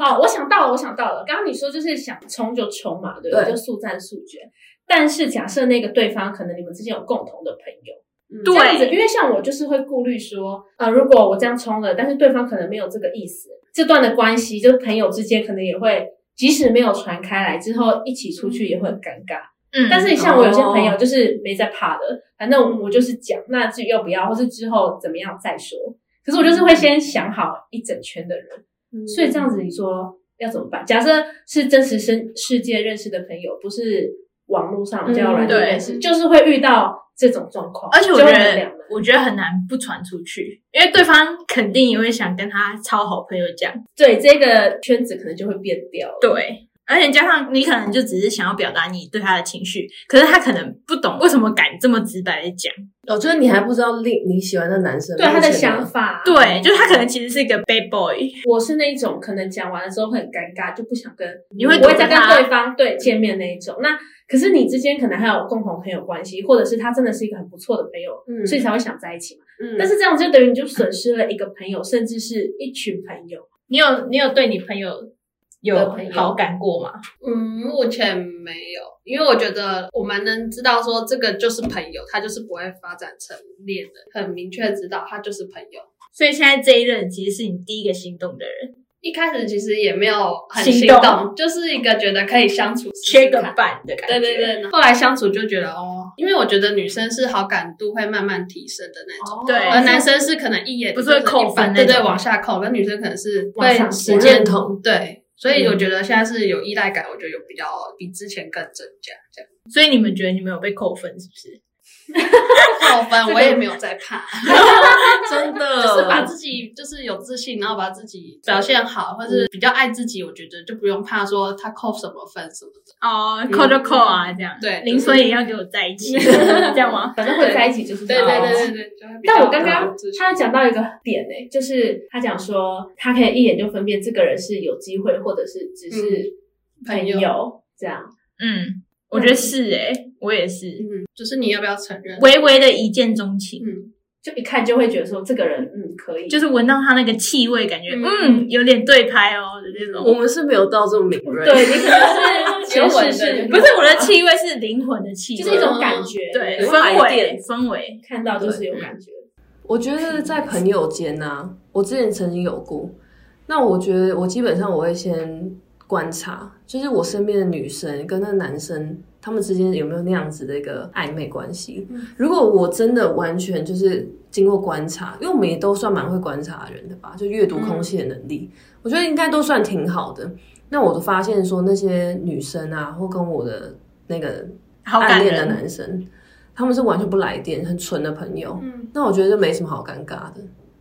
Speaker 3: 哦，我想到了，我想到了。刚刚你说就是想冲就冲嘛，对不对？
Speaker 4: 对
Speaker 3: 就速战速决。但是假设那个对方可能你们之间有共同的朋友，这样子，
Speaker 5: 对，
Speaker 3: 因为像我就是会顾虑说，呃，如果我这样冲了，但是对方可能没有这个意思，这段的关系就是朋友之间可能也会，即使没有传开来之后，一起出去也会很尴尬。
Speaker 5: 嗯
Speaker 3: 但是像我有些朋友
Speaker 4: 哦
Speaker 3: 就是没在怕的，反正我就是讲，那至于要不要，或是之后怎么样再说。可是我就是
Speaker 5: 嗯
Speaker 3: 会先想好一整圈的人，所以这样子你说要怎么办？假设是真实生世界认识的朋友，不是网络上交友软件
Speaker 5: 嗯对
Speaker 3: 认识，就是会遇到这种状况，
Speaker 5: 而且我觉
Speaker 3: 就会很两
Speaker 5: 得
Speaker 3: 难，
Speaker 5: 我觉得很难不传出去，因为对方肯定也会想跟他超好朋友讲。
Speaker 3: 对这个圈子可能就会变掉了。
Speaker 5: 对，而且加上你可能就只是想要表达你对他的情绪，可是他可能不懂为什么敢这么直白的讲。
Speaker 4: 哦，就是你还不知道另你喜欢的男生
Speaker 3: 对他的
Speaker 4: 目前
Speaker 3: 想法，啊
Speaker 5: 对，就是他可能其实是一个 bad boy，
Speaker 3: 我是那一种可能讲完了之后会很尴尬，就不想跟
Speaker 5: 你会
Speaker 3: 不会
Speaker 5: 躲
Speaker 3: 再
Speaker 5: 着
Speaker 3: 跟
Speaker 5: 他
Speaker 3: 对方对见面那一种。那可是你之间可能还有共同朋友关系，或者是他真的是一个很不错的朋友，
Speaker 4: 嗯
Speaker 3: 所以才会想在一起嘛。
Speaker 4: 嗯
Speaker 3: 但是这样就等于你就损失了一个朋友，甚至是一群朋友。
Speaker 5: 你有你有对你朋友
Speaker 3: 的
Speaker 5: 有
Speaker 3: 朋友
Speaker 5: 好感过吗？
Speaker 1: 嗯，目前没有，因为我觉得我蛮能知道说这个就是朋友，他就是不会发展成恋人，很明确知道他就是朋友。
Speaker 5: 所以现在这一任其实是你第一个心动的人，
Speaker 1: 一开始其实也没有很
Speaker 5: 心
Speaker 1: 心
Speaker 5: 动
Speaker 1: 就是一个觉得可以相处，
Speaker 5: 缺个
Speaker 1: 试试看
Speaker 5: 伴的感觉。
Speaker 1: 对对对，后来相处就觉得哦，因为我觉得女生是好感度会慢慢提升的那种。
Speaker 5: 哦对
Speaker 1: 而男生是可能一眼
Speaker 5: 不是会
Speaker 1: 就是
Speaker 5: 扣分
Speaker 1: 100
Speaker 5: 那种
Speaker 1: 对对，往下扣，但女生可能是
Speaker 3: 往上加
Speaker 1: 会时
Speaker 4: 不
Speaker 5: 嗯
Speaker 1: 间
Speaker 4: 认同，
Speaker 1: 对，所以我觉得现在是有依赖感，我觉得有比较比之前更增加这样。
Speaker 5: 所以你们觉得你们有被扣分是不是？
Speaker 1: 扣分我也没有在呃怕，
Speaker 4: 真的
Speaker 1: <laughs> 就是把自己就是有自信，然后把自己表现好，或是比较爱自己，我觉得就不用怕说他扣什么分什么的。
Speaker 5: 哦，扣就扣啊，这样。
Speaker 1: 对
Speaker 5: 林所以要跟我在一起，这样吗？
Speaker 3: 反正会在一起就是
Speaker 1: 对对对对对，就会比较
Speaker 3: 但我刚刚
Speaker 1: 有自信
Speaker 3: 他讲到一个点诶、就是他讲说他可以一眼就分辨这个人是有机会，或者是只是朋
Speaker 1: 朋
Speaker 3: 友、
Speaker 1: 友
Speaker 3: 这样。
Speaker 5: 嗯，我觉得是诶、我也是，
Speaker 1: 嗯，就是你要不要承认？
Speaker 5: 微微的一见钟情。
Speaker 1: 嗯，
Speaker 3: 就一看就会觉得说这个人嗯可以，
Speaker 5: 就是闻到它那个气味，感觉
Speaker 1: 嗯
Speaker 5: 嗯有点对拍哦的那
Speaker 4: 我
Speaker 5: 种。
Speaker 4: 们是没有到这么敏锐，
Speaker 3: 对你可能
Speaker 5: <laughs>
Speaker 3: 是前世是
Speaker 1: 接吻
Speaker 5: 不
Speaker 1: 的
Speaker 5: 是我的气味是灵魂的气味，
Speaker 3: 就是一种感觉，
Speaker 5: 对
Speaker 4: 有
Speaker 5: 氛
Speaker 4: 海
Speaker 5: 围
Speaker 4: 淀
Speaker 5: 氛围。
Speaker 3: 看到就是有感觉。
Speaker 4: 我觉得在朋友间呢、啊，我之前曾经有过。那我觉得我基本上我会先观察，就是我身边的女生跟那男生他们之间有没有那样子的一个暧昧关系。
Speaker 5: 嗯
Speaker 4: 如果我真的完全就是经过观察，因为我们也都算蛮会观察的人的吧，就阅读空气的能力，
Speaker 5: 嗯
Speaker 4: 我觉得应该都算挺好的。那我都发现说那些女生啊，或跟我的那个
Speaker 5: 好
Speaker 4: 暗
Speaker 5: 感
Speaker 4: 恋的
Speaker 5: 人，
Speaker 4: 男生，他们是完全不来电，很纯的朋友。
Speaker 1: 嗯
Speaker 4: 那我觉得就没什么好尴尬的。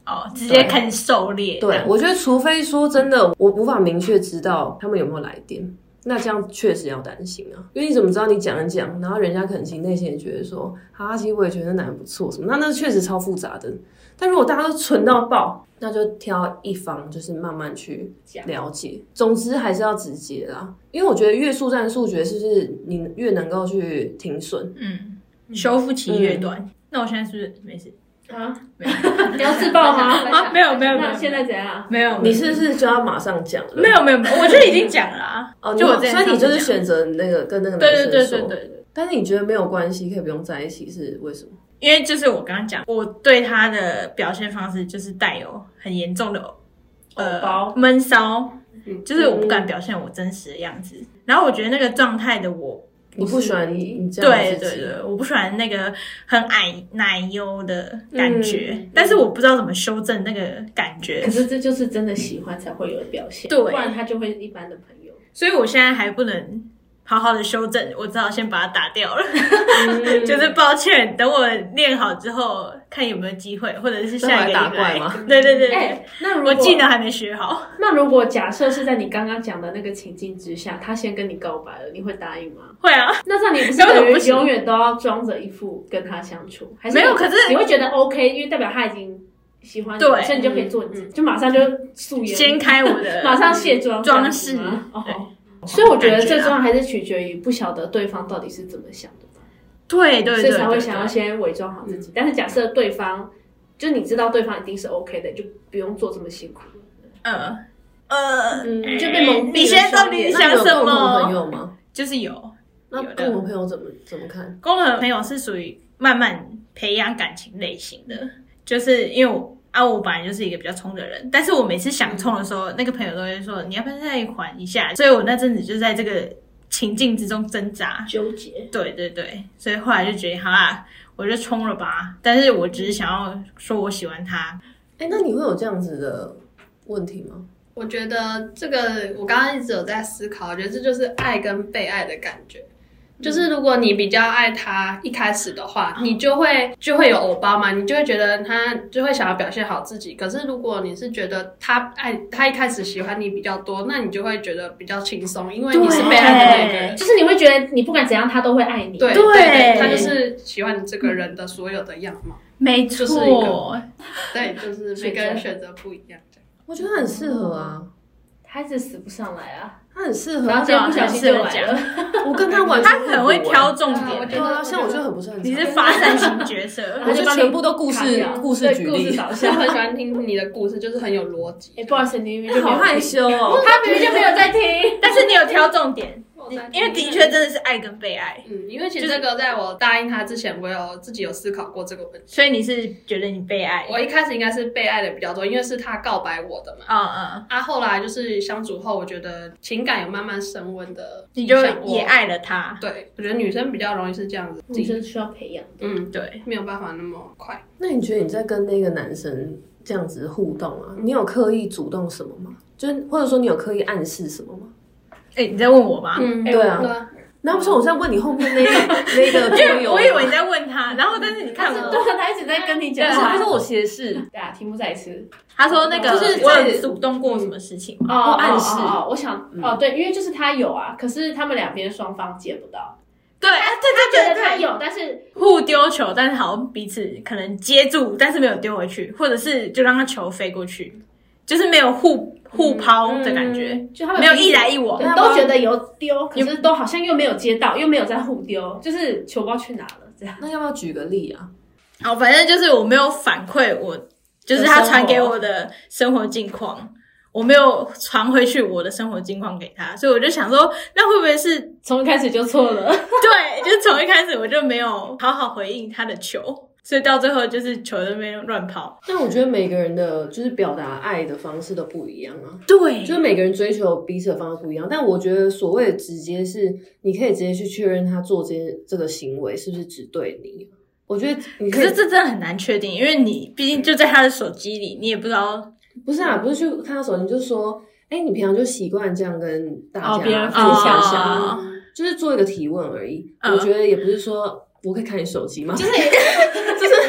Speaker 5: 哦，直接开始狩猎。这
Speaker 4: 对
Speaker 5: 样，
Speaker 4: 我觉得除非说真的，我无法明确知道他们有没有来电，那这样确实要担心啊，因为你怎么知道你讲一讲，然后人家可能其实内心也觉得说，啊，其实我也觉得那男的不错什么，那那确实超复杂的。但如果大家都纯到爆，那就挑一方，就是慢慢去了解。总之还是要直接啦，因为我觉得越速战速决，是不是你越能够去停损？嗯
Speaker 5: 嗯，修复期越短。那我现在是不是没事？
Speaker 3: 啊，
Speaker 1: 你
Speaker 3: 要自
Speaker 4: 哦
Speaker 3: 爆吗
Speaker 5: <laughs> 啊，没有没有没
Speaker 3: 那
Speaker 5: 有，
Speaker 3: 现在怎样？
Speaker 5: 没有
Speaker 4: 你是不是就要马上讲了？，
Speaker 5: 没有没有，没有我就已经讲了啊
Speaker 4: 哦，
Speaker 5: 就我之
Speaker 4: 你
Speaker 5: 前
Speaker 4: 所以你就
Speaker 5: 上
Speaker 4: 是
Speaker 5: 次讲
Speaker 4: 选择那个跟那个男
Speaker 5: 对
Speaker 4: 生
Speaker 5: 对
Speaker 4: 说，
Speaker 5: 对对对对。
Speaker 4: 但是你觉得没有关系，可以不用在一起，是为什么？
Speaker 5: 因为就是我刚刚讲，我对他的表现方式就是带有很严重的呃
Speaker 3: 包
Speaker 5: 闷骚
Speaker 1: 嗯，
Speaker 5: 就是我不敢表现我真实的样子。然后我觉得那个状态的我，
Speaker 4: 你不喜欢你你这样
Speaker 5: 对
Speaker 4: 的自
Speaker 5: 对
Speaker 4: 己
Speaker 5: 对，我不喜欢那个很矮奶油的感觉，
Speaker 4: 嗯
Speaker 5: 但是我不知道怎么修正那个感觉
Speaker 3: 可，是这就是真的喜欢才会有的表现，
Speaker 5: 对
Speaker 3: 不然他就会一般的朋友。
Speaker 5: 所以我现在还不能。好好的修正，我只好先把它打掉
Speaker 3: 嗯
Speaker 5: 了。 <laughs> 就是抱歉，等我练好之后，看有没有机会，或者是下一个
Speaker 4: 再回来打
Speaker 5: 礼拜
Speaker 4: 怪吗
Speaker 5: 对对对对，
Speaker 3: 哎、那如果
Speaker 5: 我技能还没学好，
Speaker 3: 那如果假设是在你刚刚讲的那个情境之下，他先跟你告白了，你会答应吗？
Speaker 5: 会啊，
Speaker 3: 那这样你不是
Speaker 5: 根本
Speaker 3: 等
Speaker 5: 不
Speaker 3: 于
Speaker 5: 行
Speaker 3: 永远都要装着一副跟他相处？还是
Speaker 5: 没有
Speaker 3: 你
Speaker 5: 可是
Speaker 3: 你会觉得 OK，因为代表他已经喜欢你，
Speaker 5: 对嗯
Speaker 3: 所以你就可以做你自己，就马上就素颜，
Speaker 5: 掀开我的，
Speaker 3: <laughs> 马上卸妆
Speaker 5: 装
Speaker 3: 这样子吗
Speaker 5: 饰
Speaker 3: 哦。所以我觉得
Speaker 5: 感觉啊
Speaker 3: 最重要还是取决于不晓得对方到底是怎么想的吧，
Speaker 5: 对对对，
Speaker 3: 所以才会想要
Speaker 5: 对
Speaker 3: 先伪装好自己。但是假设对方，就你知道对方一定是 OK 的，就不用做这么辛苦了。
Speaker 5: 呃呃，
Speaker 3: 嗯，就被蒙蔽了
Speaker 5: 你现在到
Speaker 3: 双
Speaker 5: 底
Speaker 3: 眼
Speaker 5: 想
Speaker 4: 那你有
Speaker 5: 什
Speaker 4: 共同朋
Speaker 5: 么？
Speaker 4: 友吗？
Speaker 5: 就是有
Speaker 4: 那
Speaker 5: 有的
Speaker 4: 共同朋友怎么怎么看？
Speaker 5: 共同朋友是属于慢慢培养感情类型的，就是因为我。啊，我本来就是一个比较冲的人，但是我每次想冲的时候，那个朋友都会说你要不要再缓一下，所以我那阵子就在这个情境之中挣扎，
Speaker 3: 纠结，
Speaker 5: 对对对，所以后来就决定，好啦，我就冲了吧。但是我只是想要说我喜欢他，
Speaker 4: 哎、那你会有这样子的问题吗？
Speaker 1: 我觉得这个我刚刚一直有在思考，我觉得这就是爱跟被爱的感觉。就是如果你比较爱他，一开始的话，你就会就会有欧巴嘛，你就会觉得他就会想要表现好自己。可是如果你是觉得他爱他一开始喜欢你比较多，那你就会觉得比较轻松，因为你是被爱的那个人。
Speaker 3: 就是你会觉得你不管怎样，他都会爱你。
Speaker 1: 对
Speaker 5: 对
Speaker 1: 对，他就是喜欢你这个人的所有的样貌。
Speaker 5: 没
Speaker 1: 就是一个，对，就是每个人选择不一样。这样
Speaker 4: 我觉得他很适合啊，
Speaker 3: 他一直死不上来啊，
Speaker 4: 他很适合
Speaker 3: 然
Speaker 4: 啊。
Speaker 3: 后今天不小心就来 <laughs> 了。
Speaker 4: 我跟他完全
Speaker 5: 他很会挑重
Speaker 1: 对啊我
Speaker 5: 点
Speaker 4: 对
Speaker 1: 觉
Speaker 5: 欸。
Speaker 1: 得
Speaker 4: 啊，像我就很不是很
Speaker 5: 你是
Speaker 4: 常
Speaker 5: 发散型角
Speaker 3: 然
Speaker 5: 色，
Speaker 1: <laughs>
Speaker 3: 后
Speaker 4: 我就
Speaker 3: 帮你
Speaker 4: 全部都故
Speaker 3: 卡
Speaker 4: 事
Speaker 3: 掉
Speaker 4: 故事
Speaker 3: 对
Speaker 4: 举
Speaker 3: 故事
Speaker 4: 例
Speaker 3: 导
Speaker 1: 我
Speaker 3: 向。
Speaker 1: 很喜欢听你的故事，就是很有逻辑。
Speaker 3: <laughs> 哎，不好意思，你明明
Speaker 4: 哎
Speaker 3: 就没有
Speaker 4: 好害，羞哦。
Speaker 3: 他明明就没有 <laughs> 在听。
Speaker 5: 但是你有挑重点，因为的确真
Speaker 1: 这，
Speaker 5: 的是爱跟被爱，
Speaker 1: 嗯，因为其实
Speaker 5: 就是
Speaker 1: 这个在我答应他之前，我有自己有思考过这个问题。
Speaker 5: 所以你是觉得你被爱。
Speaker 1: 我一开始应该是被爱的比较多，因为是他告白我的嘛。
Speaker 5: 嗯嗯，
Speaker 1: 啊，后来就是相处后，我觉得情感有慢慢升温的
Speaker 5: 你就
Speaker 1: 迹象
Speaker 5: 也。爱了他
Speaker 1: 我。对，我觉得女生比较容易是这样子，自
Speaker 3: 女
Speaker 1: 己
Speaker 3: 生需要培养，
Speaker 1: 嗯，
Speaker 5: 对，
Speaker 1: 没有办法那么快。
Speaker 4: 那你觉得你在跟那个男生这样子互动啊，你有刻意主动什么吗？就是或者说你有刻意暗示什么吗？
Speaker 5: 哎，你在问我吗？
Speaker 1: 嗯
Speaker 4: 对啊
Speaker 1: 对啊，
Speaker 4: 那不是我在问你后面
Speaker 5: <laughs>
Speaker 4: 那个那
Speaker 5: 因
Speaker 4: 个桌
Speaker 5: 为
Speaker 4: 游，
Speaker 5: 我以为你在问他，然后但是你看
Speaker 3: 对
Speaker 5: 我，
Speaker 3: 啊，他一直在跟你讲
Speaker 5: 对
Speaker 4: 他
Speaker 3: 话。
Speaker 4: 说我斜视，
Speaker 3: 对啊，题目再一次
Speaker 5: 他说那个
Speaker 4: 就是在
Speaker 5: 我有主动过什么事情吗？
Speaker 3: 哦
Speaker 4: 暗示
Speaker 3: 哦，哦我想哦，对，因为就是他有啊，可是他们两边双方接不到。
Speaker 5: 对，啊对对
Speaker 3: 觉
Speaker 5: 对
Speaker 3: 得
Speaker 5: 对
Speaker 3: 他，有，但是
Speaker 5: 互丢球，但是好像彼此可能接住，但是没有丢回去，或者是就让他球飞过去，就是没有互互抛的感觉，
Speaker 3: 嗯就他们
Speaker 5: 没有
Speaker 3: 彼此
Speaker 5: 一来一往
Speaker 3: 对。都觉得有丢，可是都好像又没有接到，又没有在互丢，就是球包去哪了这样。
Speaker 4: 那要不要举个例啊？
Speaker 5: 好，反正就是我没有反馈我，就是他传给我的生活近况。我没有传回去我的生活近况给他，所以我就想说，那会不会是
Speaker 3: 从一开始就错了，
Speaker 5: 对？就是从一开始我就没有好好回应他的球，所以到最后就是球在那边乱跑。
Speaker 4: 但我觉得每个人的就是表达爱的方式都不一样啊，
Speaker 5: 对
Speaker 4: 就是每个人追求彼此的方式不一样。但我觉得所谓的直接是，你可以直接去确认他做这件这个行为是不是只对你。我觉得你
Speaker 5: 可
Speaker 4: 以
Speaker 5: 是这真的很难确定，因为你毕竟就在他的手机里，你也不知道。
Speaker 4: 不是啊，不是去看他手，你就说，哎、你平常就习惯这样跟大家
Speaker 3: 哦别人
Speaker 4: 分
Speaker 3: 分
Speaker 4: 享
Speaker 5: 享
Speaker 4: 一下，
Speaker 5: 哦
Speaker 4: 就是做一个提问而已。
Speaker 5: 嗯
Speaker 4: 我觉得也不是说我可以看你手机吗？
Speaker 3: 就是也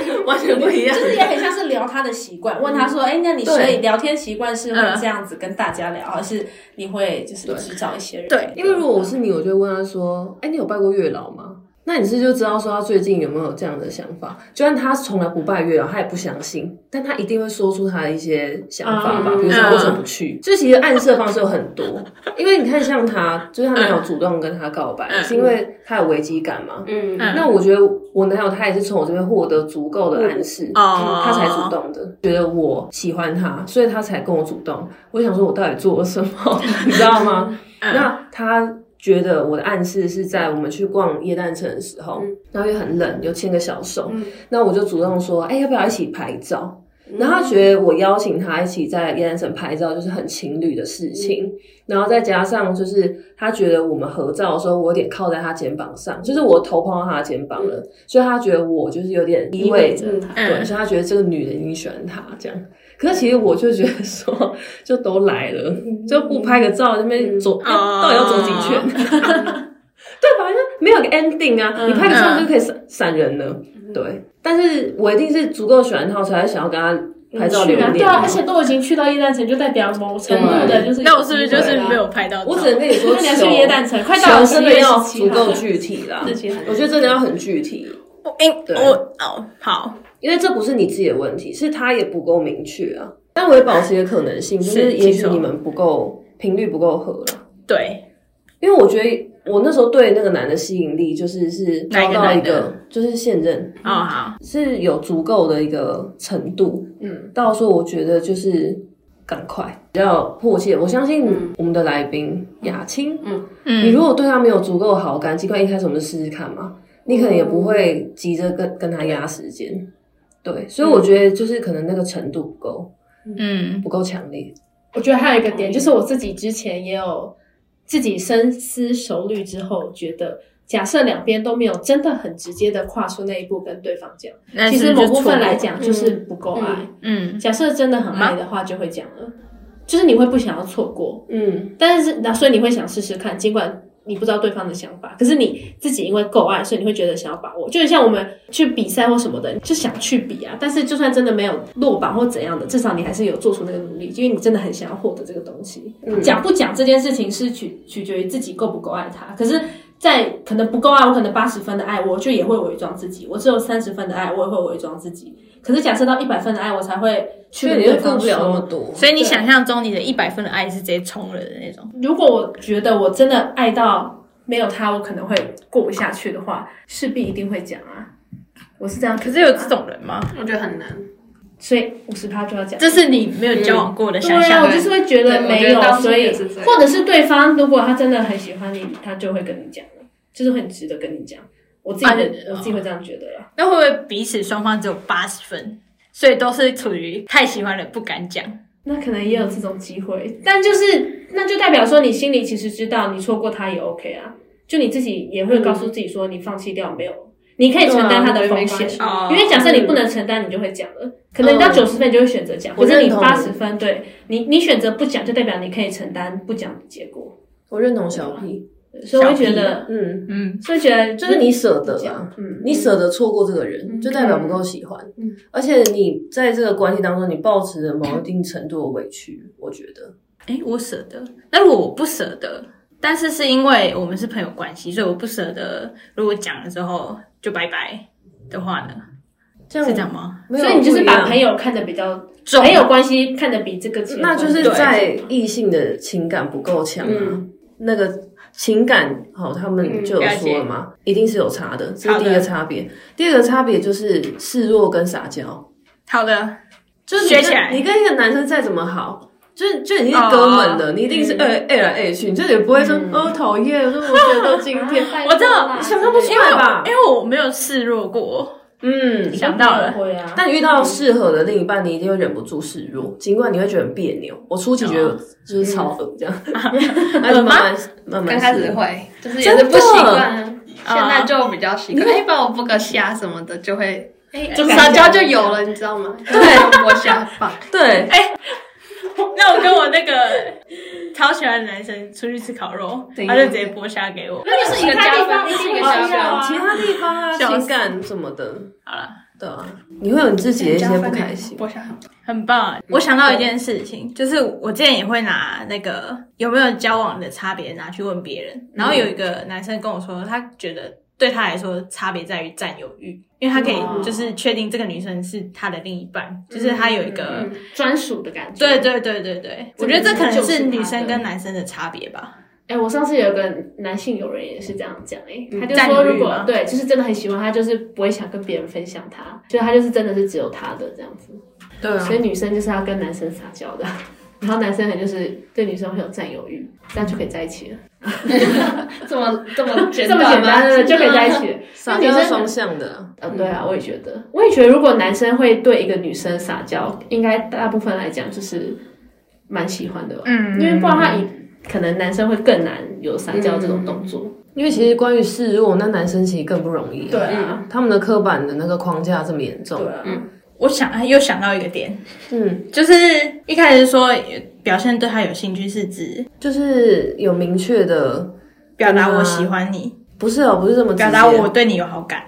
Speaker 4: 就是完全不一样。
Speaker 3: <laughs> 就是也很像是聊他的习惯，问他说，哎，那你
Speaker 4: 对
Speaker 3: 所以聊天习惯是会
Speaker 5: 嗯
Speaker 3: 这样子跟大家聊，还是你会就是只找一些人？
Speaker 5: 对
Speaker 4: 因为如果我是你，我就会问他说，哎、你有拜过月老吗？那你是就知道说他最近有没有这样的想法？就算他从来不拜月老，他也不相信，但他一定会说出他的一些想法
Speaker 5: 哦
Speaker 4: 吧，
Speaker 6: 嗯
Speaker 4: 比如说为什么不去？这、其实暗示的方式有很多，因为你看像他，就是他男友主动跟他告白，
Speaker 5: 嗯
Speaker 4: 是因为他有危机感嘛。
Speaker 1: <laughs>
Speaker 5: 嗯
Speaker 1: 嗯
Speaker 4: 那我觉得我男友他也是从我这边获得足够的暗示，
Speaker 5: 哦
Speaker 4: 他才主动的，觉得我喜欢他，所以他才跟我主动。我想说，我到底做了什么，你知道吗？那他觉得我的暗示是在我们去逛耶诞城的时候，然后又很冷，又牵个小手，那我就主动说，哎、要不要一起拍照？然后他觉得我邀请他一起在耶诞城拍照就是很情侣的事情，然后再加上就是他觉得我们合照的时候，我有点靠在他肩膀上，就是我头碰到他的肩膀
Speaker 3: 嗯
Speaker 4: 了，所以他觉得我就是有点依偎着他，
Speaker 5: 嗯
Speaker 4: 对，所以他觉得这个女人已经喜欢他这样。可是其实我就觉得说，就都来了，
Speaker 3: 嗯
Speaker 4: <laughs> 就不拍个照，那边走、要
Speaker 5: 哦
Speaker 4: 到底要走几圈？ <laughs> 对吧？因为没有个 ending 啊，
Speaker 5: 嗯
Speaker 4: 你拍个照就可以闪闪人了。
Speaker 3: 嗯
Speaker 4: 对，但是我一定是足够喜欢他，我才会想要跟他拍照留
Speaker 3: 去啊，
Speaker 4: 念。
Speaker 3: 对啊，而且都已经去到夜诞城，就代表某程度的，就是
Speaker 5: 那我是不是就是没
Speaker 3: 有？
Speaker 5: 有拍到照？
Speaker 4: 我只能跟你说，
Speaker 3: 啊那你要去耶诞城，快到
Speaker 4: 求
Speaker 3: 了十
Speaker 4: 真
Speaker 3: 月
Speaker 4: 的要
Speaker 3: 十七
Speaker 4: 足
Speaker 3: 号
Speaker 4: 够。具体啦
Speaker 1: 自己很。
Speaker 4: 我觉得真的要很具体，
Speaker 5: 我因
Speaker 4: 对
Speaker 5: 我哦好，
Speaker 4: 因为这不是你自己的问题，是他也不够明确啊。但我也保持一个可能性，就是是也
Speaker 5: 其实
Speaker 4: 许
Speaker 5: 哦
Speaker 4: 你们不够频率不够合啦。
Speaker 5: 对，
Speaker 4: 因为我觉得我那时候对那个男的吸引力，就是是
Speaker 5: 哪一
Speaker 4: 找
Speaker 5: 个
Speaker 4: 到一
Speaker 5: 男的
Speaker 4: 个就是现任，
Speaker 5: 哦好，
Speaker 4: 是有足够的一个程度，嗯，到时候我觉得就是赶快，比较迫切。我相信我们的来宾雅青，嗯，你如果对他没有足够好感，尽管一开始我们就试试看嘛，你可能也不会急着跟跟他压时间，对，所以我觉得就是可能那个程度不够，
Speaker 5: 嗯
Speaker 4: 不够强烈，
Speaker 3: 我觉得还有一个点，就是我自己之前也有自己深思熟虑之后，觉得假设两边都没有真的很直接的跨出那一步跟对方讲，
Speaker 5: 那
Speaker 3: 其
Speaker 5: 是
Speaker 3: 实
Speaker 5: 不
Speaker 3: 某
Speaker 5: 是就
Speaker 3: 部
Speaker 5: 错过
Speaker 3: 分来，讲就是不够啊爱。
Speaker 5: 嗯
Speaker 3: 假设真的很爱的话，就会讲了，就是你会不想要错过，
Speaker 4: 嗯，
Speaker 3: 但是那所以你会想试试看，尽管。你不知道对方的想法，可是你自己因为够爱，所以你会觉得想要把握。就很像我们去比赛或什么的，你就想去比啊。但是就算真的没有落榜或怎样的，至少你还是有做出那个努力，因为你真的很想要获得这个东西。
Speaker 4: 嗯
Speaker 3: 讲不讲这件事情是取取决于自己够不够爱他。可是，在可能不够爱我，可能八十分的爱，我就也会伪装自己；我只有三十分的爱，我也会伪装自己。可是假设到一百分的爱，我才会去
Speaker 4: 所以
Speaker 3: 跟
Speaker 4: 你就
Speaker 3: 对
Speaker 4: 顾
Speaker 3: 方
Speaker 4: 不了那么
Speaker 3: 说。
Speaker 4: 多，
Speaker 5: 所以你想象中你的一百分的爱是直接冲了的那种，
Speaker 3: 如果我觉得我真的爱到没有他，我可能会过不下去的话，势必一定会讲啊。我是这样，
Speaker 5: 可是有这，种人吗？
Speaker 1: 我觉得很难。
Speaker 3: 所以五十趴就要讲。
Speaker 5: 这是你没有交往过的想
Speaker 3: 对啊，
Speaker 5: 象
Speaker 3: 我，就是会觉得
Speaker 1: 对
Speaker 3: 没
Speaker 1: 我觉得
Speaker 3: 有，
Speaker 1: 当初
Speaker 3: 所以
Speaker 1: 也是这样
Speaker 3: 或者是对方如果他真的很喜欢你，他就会跟你讲了，就是很值得跟你讲。我自己
Speaker 5: 啊
Speaker 3: 会，
Speaker 5: 对
Speaker 3: 我自己会这样觉得啦。
Speaker 5: 那会不会彼此双方只有八十分，所以都是处于太喜欢了不敢讲？
Speaker 3: 那可能也有这种机会，但就是那就代表说你心里其实知道你错过他也 OK 啊，就你自己也会告诉自己说你放弃掉没有，你可以承担他的风险。
Speaker 1: 对
Speaker 5: 啊
Speaker 3: 因为假设你不能承担，你就会讲了。可能你到九十分你就会选择讲，
Speaker 4: 我
Speaker 3: 可是
Speaker 4: 认
Speaker 3: 你
Speaker 4: 同
Speaker 3: 八十分，对你你选择不讲，就代表你可以承担不讲的结果。
Speaker 4: 我认同小 P，
Speaker 3: 所以我会
Speaker 5: 小屁
Speaker 3: 觉得，
Speaker 4: 嗯。
Speaker 5: 嗯，
Speaker 3: 所以觉得
Speaker 4: 就是你舍得啊
Speaker 3: 讲，嗯
Speaker 4: 你舍得错过这个人，就代表不够喜欢。而且你在这个关系当中，你抱持了某一定程度的委屈，我觉得，
Speaker 5: 哎，我舍得。那如果我不舍得，但是是因为我们是朋友关系，所以我不舍得。如果讲了之后就拜拜的话呢，
Speaker 4: 这
Speaker 5: 是这样吗？
Speaker 4: 没有
Speaker 3: 所以你就是把
Speaker 4: 不
Speaker 3: 朋
Speaker 4: 一样，
Speaker 3: 友看得比较
Speaker 5: 重
Speaker 3: 朋友关系看得比这个结婚
Speaker 4: 那就是
Speaker 3: 对嗯
Speaker 4: 在异性的情感不够强啊，那个。情感好，他们就有说了嘛，一定是有差的，这是第一
Speaker 5: 好的
Speaker 4: 个差别。第二个差别就是示弱跟撒娇，
Speaker 5: 好的，
Speaker 4: 就是你
Speaker 5: 学
Speaker 4: 跟
Speaker 5: 起来
Speaker 4: 你跟一个男生再怎么好，就是就已经是哥们了，你一定是爱爱来爱去，你这也不会说哦讨厌，说我觉得都今天，
Speaker 5: 我知道
Speaker 4: 想象不出
Speaker 5: 因为
Speaker 4: 来
Speaker 5: 我
Speaker 4: 吧
Speaker 5: 因？为我没有示弱过，
Speaker 4: 嗯，
Speaker 5: 想到了。
Speaker 3: 会啊，
Speaker 4: 但你遇到适合的另一半，你一定会忍不住示弱，尽管你会觉得很别扭。我初期觉得就是超恶这样， <laughs> 还是慢慢慢慢
Speaker 1: 刚
Speaker 4: 适
Speaker 1: 开始
Speaker 4: 应
Speaker 1: 会，就是也是不习惯啊，现
Speaker 5: 啊
Speaker 1: 在就比较习惯。一般我剥个虾什么的就会。
Speaker 3: 就
Speaker 1: 撒娇就有了，你知道吗？对， <laughs> 剥虾棒，
Speaker 4: 对，
Speaker 5: <laughs> 那我跟我那个超喜欢的男生出去吃烤肉，
Speaker 1: 怎
Speaker 5: 他
Speaker 1: 样
Speaker 5: 就直接剥虾给我。
Speaker 1: 那就是一个
Speaker 3: 其他
Speaker 1: 加
Speaker 3: 地
Speaker 1: 分，
Speaker 3: 方
Speaker 1: 这是一个
Speaker 3: 一定会
Speaker 1: 加
Speaker 3: 需要
Speaker 1: 分
Speaker 3: 啊。
Speaker 4: 其他地方啊
Speaker 5: 笑死
Speaker 4: 情感什么的，
Speaker 5: 好了。
Speaker 4: 对啊，你会有你自己的一些不开心。
Speaker 1: 剥虾很棒
Speaker 5: 很棒！啊我想到一件事情，就是我之前也会拿那个有没有交往的差别拿去问别人，然后有一个男生跟我说，他觉得对他来说差别在于占有欲，因为他可
Speaker 3: 哇
Speaker 5: 以就是确定这个女生是他的另一半，就是他有一个。
Speaker 3: 嗯专属的感觉。
Speaker 5: 对对对对对，我觉得这可能是女生跟男生的差别吧。
Speaker 3: 哎、我上次有个男性友人也是这样讲，哎、
Speaker 4: 嗯
Speaker 3: 他就
Speaker 5: 占
Speaker 3: 说
Speaker 5: 有
Speaker 3: 如
Speaker 5: 欲
Speaker 3: 果
Speaker 5: 吗
Speaker 3: 对，就是真的很喜欢他，就是不会想跟别人分享他，所以他就是真的是只有他的这样子。
Speaker 4: 对啊
Speaker 3: 所以女生就是要跟男生撒娇的， <laughs> 然后男生很就是对女生很有占有欲，这样就可以在一起了，
Speaker 1: 这么这么简啊
Speaker 3: 这么简单
Speaker 1: 吗
Speaker 3: 的就可以在一起了。
Speaker 4: 撒娇是双向的，
Speaker 3: 呃，对啊，我也觉得，我也觉得，如果男生会对一个女生撒娇，应该大部分来讲就是蛮喜欢的吧，
Speaker 5: 嗯
Speaker 3: 因为不然他以可能男生会更难有撒娇这种动作。
Speaker 4: 因为其实关于示弱，那男生其实更不容易、啊。
Speaker 3: 对啊，
Speaker 4: 他们的刻板的那个框架这么严重，
Speaker 5: 啊我想又想到一个点，
Speaker 4: 嗯，
Speaker 5: 就是一开始说表现对他有兴趣是指
Speaker 4: 就是有明确的，
Speaker 5: 表达我喜欢你，
Speaker 4: 不是哦，不是这么直
Speaker 5: 表
Speaker 4: 接
Speaker 5: 达我对你有好感。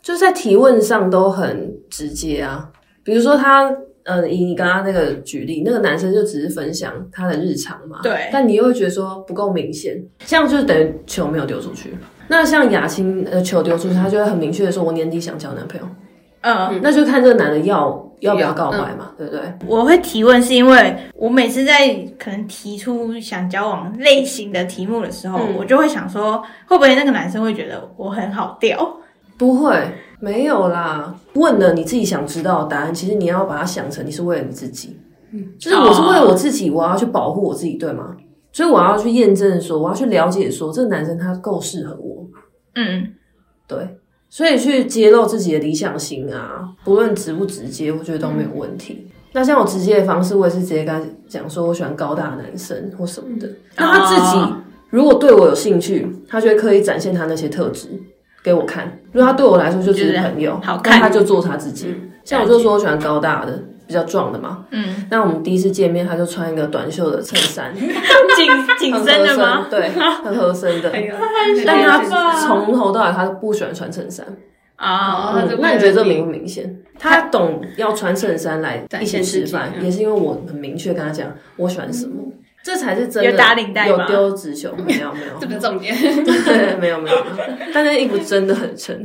Speaker 4: 就是在提问上都很直接啊。比如说他，嗯，以你刚刚那个举例，那个男生就只是分享他的日常嘛，
Speaker 5: 对
Speaker 4: 但你又会觉得说不够明显，这样就是等于球没有丢出去。那像雅欣，呃，球丢出去，他就会很明确的说，我年底想交男朋友，
Speaker 5: 嗯，
Speaker 4: 那就看这个男的要要不要告白嘛，对不对？
Speaker 5: 我会提问是因为我每次在可能提出想交往类型的题目的时候，
Speaker 4: 嗯
Speaker 5: 我就会想说，会不会那个男生会觉得我很好钓？
Speaker 4: 不会，没有啦。问了你自己想知道的答案，其实你要把它想成你是为了你自己。就是我是为了我自己，我要去保护我自己，对吗？所以我要去验证说，我要去了解说，这个男生他够适合我吗？
Speaker 5: 嗯，
Speaker 4: 对，所以去揭露自己的理想型啊，不论直不直接，我觉得都
Speaker 5: 嗯
Speaker 4: 没有问题。那像我直接的方式，我也是直接跟他讲说我喜欢高大的男生或什么的。那他自己
Speaker 5: 嗯哦
Speaker 4: 如果对我有兴趣，他就会刻意展现他那些特质给我看。如果他对我来说就只是朋友，
Speaker 5: 好看
Speaker 4: 那他就做他自己。像我就说我喜欢高大的，比较壮的嘛。
Speaker 5: 嗯，
Speaker 4: 那我们第一次见面，他就穿一个短袖的衬衫，
Speaker 5: 紧紧
Speaker 4: 很
Speaker 5: 身
Speaker 4: 合
Speaker 5: 的
Speaker 4: 身
Speaker 5: 吗？哎
Speaker 4: 对，很合
Speaker 5: <laughs>
Speaker 4: 身的。
Speaker 1: <laughs>
Speaker 4: 但
Speaker 1: 啊但
Speaker 4: 他
Speaker 1: 他
Speaker 4: 从头到尾他都不喜欢穿衬衫。
Speaker 5: 啊、
Speaker 1: 哦他
Speaker 4: 嗯
Speaker 1: 就
Speaker 4: 那你
Speaker 1: 为了
Speaker 4: 觉得这
Speaker 1: 你
Speaker 4: 明不明显？他懂要穿衬衫来
Speaker 1: 展
Speaker 4: 一起
Speaker 1: 现
Speaker 4: 吃
Speaker 1: 自己
Speaker 4: 饭，
Speaker 1: 嗯
Speaker 4: 也是因为我很明确跟他讲我喜欢什么，这才是真的。
Speaker 5: 有打领带
Speaker 4: 有
Speaker 5: 吗
Speaker 4: 丢纸球，没有没有，
Speaker 1: 这不是重 <laughs> 点，
Speaker 4: 对，没有没有没有，但那衣服真的很撑。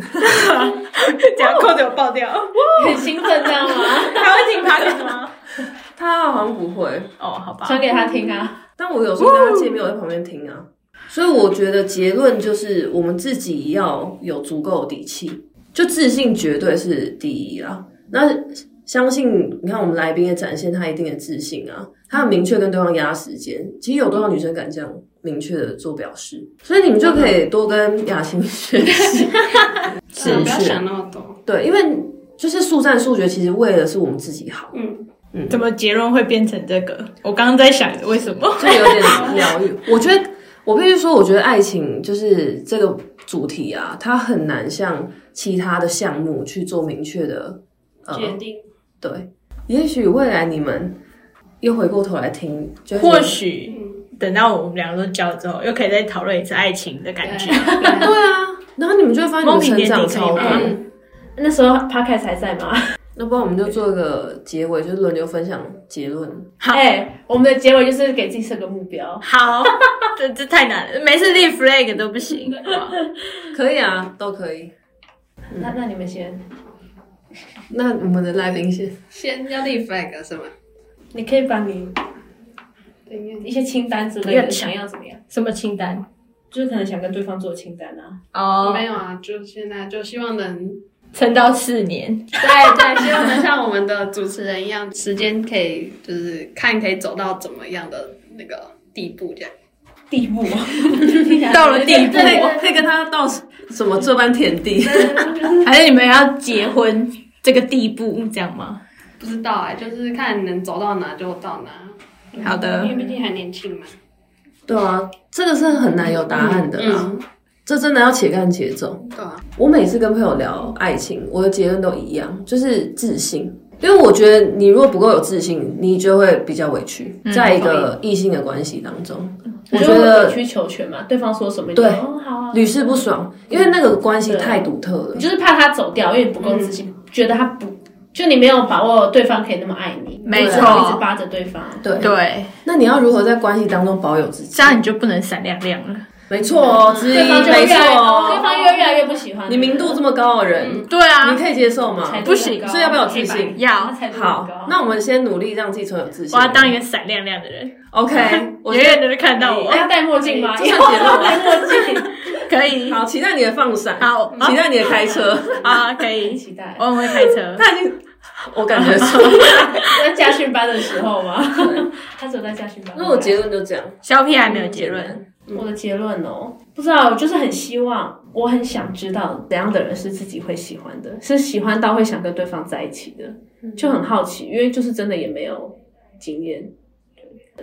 Speaker 5: 这样扣子有爆掉，
Speaker 3: 嗯 <laughs> 很兴奋这样吗？
Speaker 5: 他会听 p o 吗？
Speaker 4: <laughs> 他好像不会，
Speaker 5: 哦，好吧，
Speaker 3: 传给他听啊。
Speaker 4: 但我有时候跟他见面，我在旁边听啊。所以我觉得结论就是，我们自己要有足够的底气，就自信绝对是第一啦。那相信你看，我们来宾也展现他一定的自信啊，他很明确跟对方压时间。其实有多少女生敢这样明确的做表示？所以你们就可以多跟雅欣学
Speaker 1: <laughs>
Speaker 4: 习，是
Speaker 1: 嗯不要想那么多。
Speaker 4: 对，因为就是速战速决，其实为的是我们自己好。
Speaker 1: 嗯
Speaker 5: 怎么结论会变成这个？我刚刚在想为什么。
Speaker 4: 就有点疗愈。 <laughs> 我觉得，我必须说，我觉得爱情就是这个主题啊，它很难像其他的项目去做明确的呃
Speaker 1: 定
Speaker 4: 对。也许未来你们又回过头来听，就会觉
Speaker 5: 或
Speaker 4: 得
Speaker 5: 许等到我们两个都交了之后，又可以再讨论一次爱情的感觉。
Speaker 1: <laughs>
Speaker 4: 对啊，然后你们就会发现你们成长超
Speaker 5: 猫咪
Speaker 4: 快
Speaker 5: 年。
Speaker 3: 那时候 podcast 还在吗？
Speaker 4: 那不然我们就做一个结尾，就是轮流分享结论。
Speaker 5: 好
Speaker 3: <laughs> 哎、我们的结尾就是给自己设个目标。
Speaker 5: 好，这这太难了，每次立 flag 都不行。
Speaker 4: 可以啊，都可以。
Speaker 3: 那那你们先，
Speaker 4: 那我们的来宾先，
Speaker 1: 先要立 flag 是吗？
Speaker 3: 你可以把你一些清单之类
Speaker 5: 不要
Speaker 3: 的
Speaker 5: 抢
Speaker 3: 想要怎么样，
Speaker 5: <laughs> 什么清单？
Speaker 3: 就是可能想跟对方做清单啊。
Speaker 5: 哦
Speaker 1: 没有啊，就现在就希望能
Speaker 5: 撑到四年。
Speaker 1: <laughs> 对对，希望能像我们的主持人一样，时间可以就是看可以走到怎么样的那个地步这样。
Speaker 3: 地 <laughs> 步，
Speaker 5: 到了地步
Speaker 4: 可以可以跟他到什么这般田地？
Speaker 5: 还是你们要结婚这个地步，这样吗？
Speaker 1: 不知道哎、就是看能走到哪就到哪，
Speaker 5: 好的
Speaker 1: 因为，毕竟还年轻嘛。
Speaker 4: 对啊，这个是很难有答案的啦。
Speaker 1: 嗯，
Speaker 4: 这真的要且干且走。
Speaker 1: 对啊，
Speaker 4: 我每次跟朋友聊爱情，我的结论都一样，就是自信。因为我觉得你如果不够有自信，你就会比较委屈，在一个异性的关系当中，我
Speaker 3: 我
Speaker 4: 觉
Speaker 3: 觉得
Speaker 4: 得
Speaker 3: 委曲求全嘛，对方说什么你就
Speaker 4: 对
Speaker 3: 哦好啊，
Speaker 4: 屡试不爽，因为那个关系太独特了
Speaker 3: 你。就是怕他走掉，因为你不够自
Speaker 4: 嗯
Speaker 3: 信，觉得他不就你没有把握对方可以那么爱你，
Speaker 5: 没
Speaker 3: 你只
Speaker 5: 错
Speaker 3: 好一直扒着对方。
Speaker 4: 对，
Speaker 5: 对，
Speaker 4: 那你要如何在关系当中保有自己？
Speaker 5: 这样你就不能闪亮亮了。
Speaker 4: 没错哦，之一，
Speaker 1: 对方就
Speaker 4: 没
Speaker 1: 越
Speaker 4: 错
Speaker 1: 来
Speaker 3: 对
Speaker 4: 哦。
Speaker 3: 方越越来越不喜欢
Speaker 4: 你明度这么高的人，
Speaker 5: 对啊
Speaker 4: 你，可以接受吗？
Speaker 3: 才度
Speaker 5: 不行
Speaker 3: 很高
Speaker 4: 所以要不要有自
Speaker 3: 黑白
Speaker 4: 信？
Speaker 5: 要，
Speaker 3: 才度很高
Speaker 4: 好，那我们先努力让自己存有自信。
Speaker 5: 我要当一个闪亮亮的人，
Speaker 4: OK，我
Speaker 5: 远远的就看到我
Speaker 3: 哎，要戴墨镜吗？
Speaker 4: 这算结论
Speaker 3: <laughs>
Speaker 4: 吗
Speaker 5: 可以，
Speaker 4: 好，期待你的放闪，
Speaker 5: 好
Speaker 4: 期待你的开车。
Speaker 5: 啊，可
Speaker 3: <laughs>
Speaker 5: 以，
Speaker 3: 期待
Speaker 5: 我很会开 <laughs> 车，
Speaker 4: 他已经，我 <laughs> 感觉出来。
Speaker 3: 在家训班的时候吗？ <laughs> 他只有在家训班。
Speaker 4: 那我结论就这样，
Speaker 5: 小屁还没有结论。
Speaker 3: 我的结论哦，不知道，就是很希望，我很想知道怎样的人是自己会喜欢的，是喜欢到会想跟对方在一起
Speaker 4: 嗯
Speaker 3: 的，就很好奇，因为就是真的也没有经验。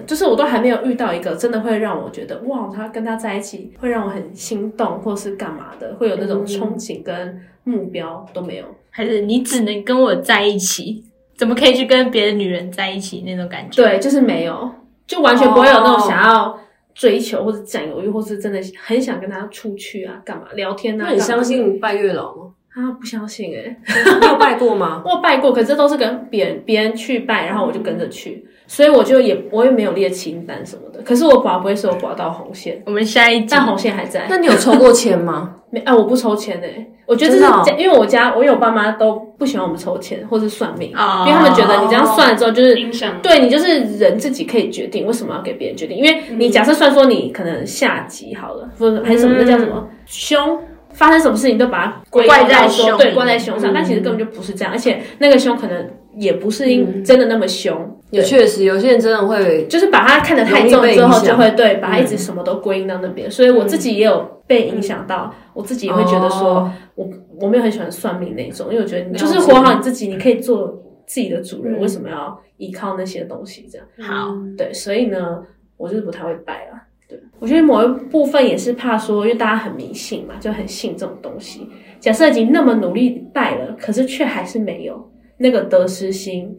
Speaker 3: 就是我都还没有遇到一个真的会让我觉得哇，他跟他在一起会让我很心动，或是干嘛的，会有那种憧憬跟目标都没有。
Speaker 4: 嗯
Speaker 5: 还是你只能跟我在一起，怎么可以去跟别的女人在一起那种感觉？
Speaker 3: 对，就是没有，就完全不会有那种想要追求或者占有欲，或是真的很想跟他出去啊，干嘛聊天啊。
Speaker 4: 那你
Speaker 3: 干嘛
Speaker 4: 相信拜月老 <laughs> 吗？
Speaker 3: 啊？不相信哎、
Speaker 4: 你有拜过吗？
Speaker 3: 我拜过，可是都是跟别人别人去拜，然后我就跟着去，所以我就也我也没有列清单什么的。可是我保不会说我保到红线，
Speaker 5: 我们下一集
Speaker 3: 但红线还在。
Speaker 4: 那你有抽过签 <laughs> 吗？
Speaker 3: 没啊，我不抽签诶、我觉得这是
Speaker 4: 真的哦
Speaker 3: 家、因为我家我有爸妈都不喜欢我们抽签或是算命，
Speaker 5: 哦
Speaker 3: 因为他们觉得你这样算了之后就是
Speaker 1: 影响
Speaker 3: 对你就是人自己可以决定，为什么要给别人决定？因为你假设算说你可能下级好了，不是还是什么那叫什
Speaker 4: 嗯
Speaker 3: 么凶。发生什么事情都把它归
Speaker 5: 怪在
Speaker 3: 到说
Speaker 5: 凶
Speaker 3: 对，怪在凶上，
Speaker 4: 嗯
Speaker 3: 但其实根本就不是这样，而且那个凶可能也不是因
Speaker 4: 嗯
Speaker 3: 真的那么凶，
Speaker 4: 也确实，有些人真的会，
Speaker 3: 就是把它看得太重
Speaker 4: 容易被
Speaker 3: 之后，
Speaker 4: 影响
Speaker 3: 就会对把它一直什么都归因到那边，所以我自己也有被影响到，我自己也会觉得说
Speaker 4: 嗯哦，
Speaker 3: 我我没有很喜欢算命那种，因为我觉得你
Speaker 4: 了
Speaker 3: 就是
Speaker 4: 解嗯
Speaker 3: 活好你自己，你可以做自己的主人，为什么要依靠那些东西这样？
Speaker 1: 嗯
Speaker 5: 好，
Speaker 3: 对，所以呢，我就是不太会拜啦。对，我觉得某一部分也是怕说，因为大家很迷信嘛，就很信这种东西。假设已经那么努力拜了，可是却还是没有，那个得失心、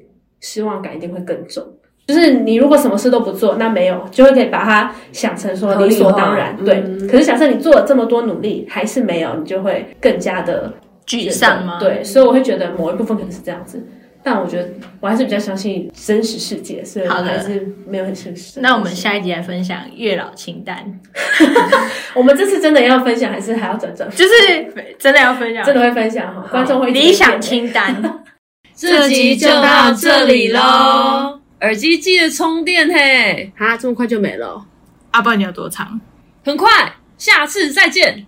Speaker 3: 失望感一定会更重。就是你如果什么事都不做，那没有就会可以把它想成说
Speaker 4: 合
Speaker 3: 理
Speaker 4: 理
Speaker 3: 所
Speaker 4: 化嗯
Speaker 3: 当然。对，可是假设你做了这么多努力，还是没有，你就会更加的
Speaker 5: 沮丧吗？，
Speaker 3: 对，所以我会觉得某一部分可能是这样子，但我觉得我还是比较相信真实世界，所以我
Speaker 5: 好的
Speaker 3: 还是没有很信实。
Speaker 5: 那我们下一集来分享月老清单，
Speaker 3: 我们这次真的要分享，还是还要转转？
Speaker 5: 就是真的要分享
Speaker 3: 真的会分享哈，观众会一直
Speaker 5: 理想
Speaker 3: 点
Speaker 5: 清单。
Speaker 2: 这集就到这里喽，
Speaker 4: 耳机记得充电嘿，
Speaker 3: 啊，这么快就没了哦。
Speaker 5: <laughs> 阿爸，你有多长？
Speaker 4: 很快，下次再见。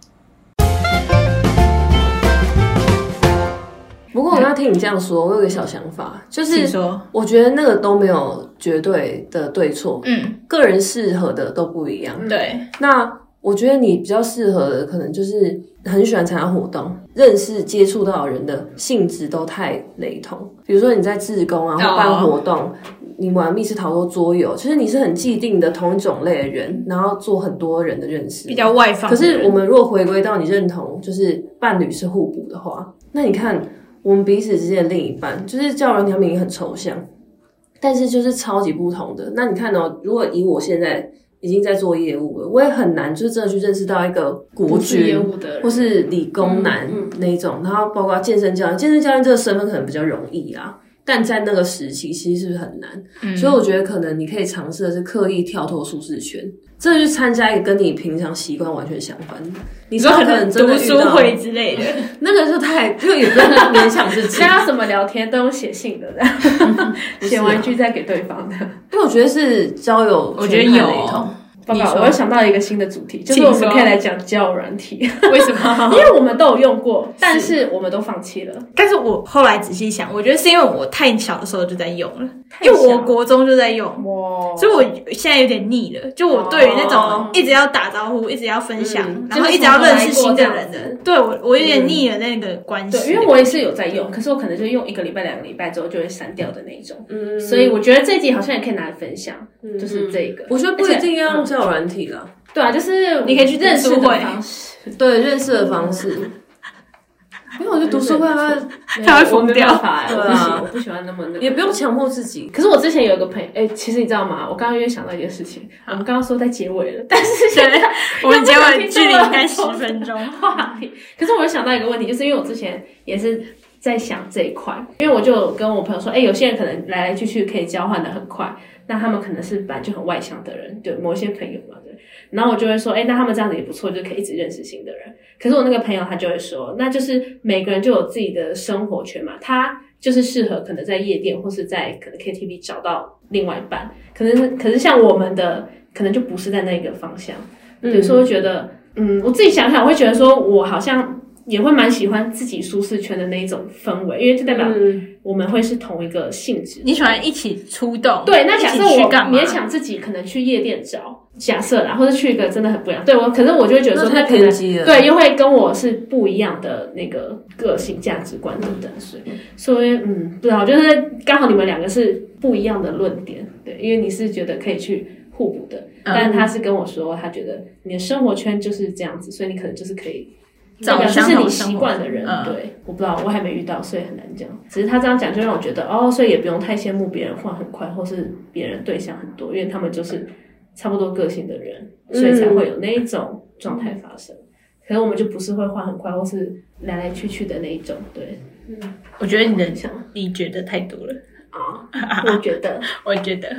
Speaker 4: 不过我要听你这样说，我有个小想法，就是
Speaker 5: 请说，
Speaker 4: 我觉得那个都没有绝对的对错，
Speaker 5: 嗯，
Speaker 4: 个人适合的都不一样。
Speaker 5: 对，
Speaker 4: 那我觉得你比较适合的，可能就是很喜欢参加活动，认识接触到的人的性质都太雷同。比如说你在志工啊，
Speaker 5: 哦
Speaker 4: 或办活动你玩密室逃脱、桌游，其实你是很既定的同一种类的人，然后做很多人的认识，
Speaker 5: 比较外放
Speaker 4: 可
Speaker 5: 的人。
Speaker 4: 是我们若回归到你认同就是伴侣是互补的话，那你看我们彼此之间的另一半，就是教人条明很抽象，但是就是超级不同的。那你看哦，如果以我现在已经在做业务了，我也很难就是真的去认识到一个国
Speaker 3: 不是业
Speaker 4: 军
Speaker 3: 务的人
Speaker 4: 或是理工
Speaker 5: 嗯
Speaker 4: 男那一种，然后包括健身教练，健身教练这个身份可能比较容易啊。但在那个时期，其实是很难，
Speaker 5: 嗯
Speaker 4: 所以我觉得可能你可以尝试的是刻意跳脱舒适圈，这就去参加一个跟你平常习惯完全相反的。你说
Speaker 5: 可
Speaker 4: 可能
Speaker 5: 能
Speaker 4: 真的
Speaker 5: 读
Speaker 4: 遇
Speaker 5: 书
Speaker 4: 到
Speaker 5: 会之类的，
Speaker 4: 那个就太就也不能勉强自
Speaker 5: <laughs>
Speaker 4: 己，
Speaker 3: 大家怎么聊天都用写信的，写完
Speaker 5: 哦
Speaker 3: 句再给对方的。
Speaker 4: 因为我觉得是交友，
Speaker 5: 我觉得有哦。
Speaker 3: 爸
Speaker 5: 你
Speaker 3: 爸，
Speaker 5: 说
Speaker 3: 我又想到一个新的主题，就是我们
Speaker 5: 请说
Speaker 3: 可以来讲交友软体，
Speaker 5: 为什么 <laughs>
Speaker 3: 因？为我们都有用过，但是我们都放弃了。
Speaker 5: 但是我后来仔细想，我觉得是因为我太小的时候就在用了，
Speaker 3: 太
Speaker 5: 因为我
Speaker 3: 小
Speaker 5: 国中就在用，
Speaker 3: 哇，
Speaker 5: 所以我现在有点腻了，就我对于那种一直要打招呼、一直要分享，然后一直要认识新的人的，对我我有点腻了那个关系。
Speaker 3: 对，因为我也是有在用，可是我可能就用一个礼拜、两个礼拜之后就会删掉的那一种。嗯，所以我觉得这一集好像也可以拿来分享，就是这个。
Speaker 4: 我觉得不一定要用交友软体啦，
Speaker 3: 对啊，就是
Speaker 5: 你可以去
Speaker 3: 认识
Speaker 5: 读书
Speaker 3: 的
Speaker 5: 会
Speaker 3: 方 <laughs> 式。
Speaker 4: 对认识的方式。因为我觉得读书会啊，
Speaker 5: 他会疯
Speaker 3: 我没
Speaker 5: 掉
Speaker 3: 办法哎，
Speaker 4: 对
Speaker 3: 我
Speaker 4: 啊
Speaker 3: 不 <laughs> 喜，我不喜欢那么那个
Speaker 4: 也不用强迫自己。
Speaker 3: 可是我之前有一个朋友，哎、其实你知道吗？我刚刚又想到一件事情，我们刚刚说在结尾了，但是现在
Speaker 5: 我们结尾距离应该十分钟，
Speaker 3: <laughs> 话题，可是我又想到一个问题，就是因为我之前也是。在想这一块，因为我就有跟我朋友说，哎、有些人可能来来去去可以交换的很快，那他们可能是本来就很外向的人，对某一些朋友嘛，对。然后我就会说，哎、那他们这样子也不错，就可以一直认识新的人。可是我那个朋友他就会说，那就是每个人就有自己的生活圈嘛，他就是适合可能在夜店或是在 <laughs> 可能 KTV 找到另外一半，可能可是像我们的可能就不是在那个方向，对，所以我觉得，嗯，我自己想想，我会觉得说我好像也会蛮喜欢自己舒适圈的那一种氛围，因为就代表我们会是同一个性质。
Speaker 5: <laughs> 嗯你喜欢一起出动？
Speaker 3: 对，那假设
Speaker 5: 一起
Speaker 3: 我
Speaker 5: 去干嘛
Speaker 3: 勉强自己可能去夜店找，假设啦，或者去一个真的很不一样，对我，可是我就会觉得说，
Speaker 7: 那太
Speaker 3: 可
Speaker 7: 偏
Speaker 3: 能
Speaker 7: 激了。
Speaker 3: 对，因为跟我是不一样的那个个性、价值观等等，所以所以嗯，不知道，就是刚好你们两个是不一样的论点，对，因为你是觉得可以去互补的，
Speaker 5: 嗯
Speaker 3: 但他是跟我说，他觉得你的生活圈就是这样子，所以你可能就是可以。
Speaker 5: 找
Speaker 3: 代表这
Speaker 5: 相
Speaker 3: 是
Speaker 5: 同
Speaker 3: 你
Speaker 5: 的生
Speaker 3: 习
Speaker 5: 活
Speaker 3: 惯的人，
Speaker 5: 嗯
Speaker 3: 对，我不知道，我还没遇到，所以很难讲。只是他这样讲，就让我觉得哦，所以也不用太羡慕别人换很快，或是别人对象很多，因为他们就是差不多个性的人，所以才会有那一种状态发生。可能我们就不是会换很快，或是来来去去的那一种，对，
Speaker 5: 我觉得你的
Speaker 3: 想
Speaker 5: 你觉得太多了，
Speaker 3: 啊，我觉得，
Speaker 5: 我觉得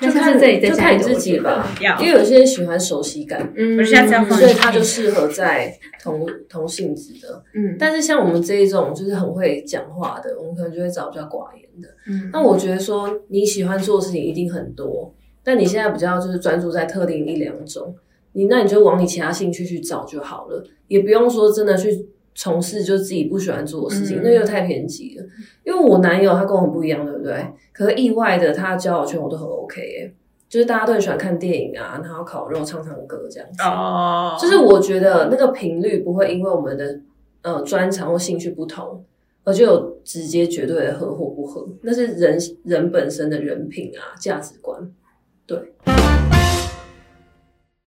Speaker 3: 那下次这里再
Speaker 4: 就
Speaker 3: 加
Speaker 4: 看
Speaker 3: 一
Speaker 4: 你
Speaker 3: 个
Speaker 4: 自己
Speaker 3: 我觉得
Speaker 4: 吧，
Speaker 5: 要
Speaker 4: 因为有些人喜欢熟悉感，
Speaker 3: 嗯，
Speaker 5: <laughs> 我下次要放
Speaker 4: 所以他就适合在同同性质的。
Speaker 3: 嗯，
Speaker 4: 但是像我们这一种就是很会讲话的，我们可能就会找比较寡言的。
Speaker 3: 嗯
Speaker 4: 那我觉得说你喜欢做的事情一定很多，但你现在比较就是专注在特定一两种，你那你就往你其他兴趣去找就好了，也不用说真的去从事就自己不喜欢做的事情，
Speaker 3: 嗯
Speaker 4: 那又太偏激了。因为我男友他跟我很不一样，对不对？可是意外的，他的交友圈我都很 OK 哎、就是大家都很喜欢看电影啊，然后烤肉、唱唱歌这样子。
Speaker 5: 哦，
Speaker 4: 就是我觉得那个频率不会因为我们的呃专长或兴趣不同，而就有直接绝对的合或不合，那是人人本身的人品啊价值观。对，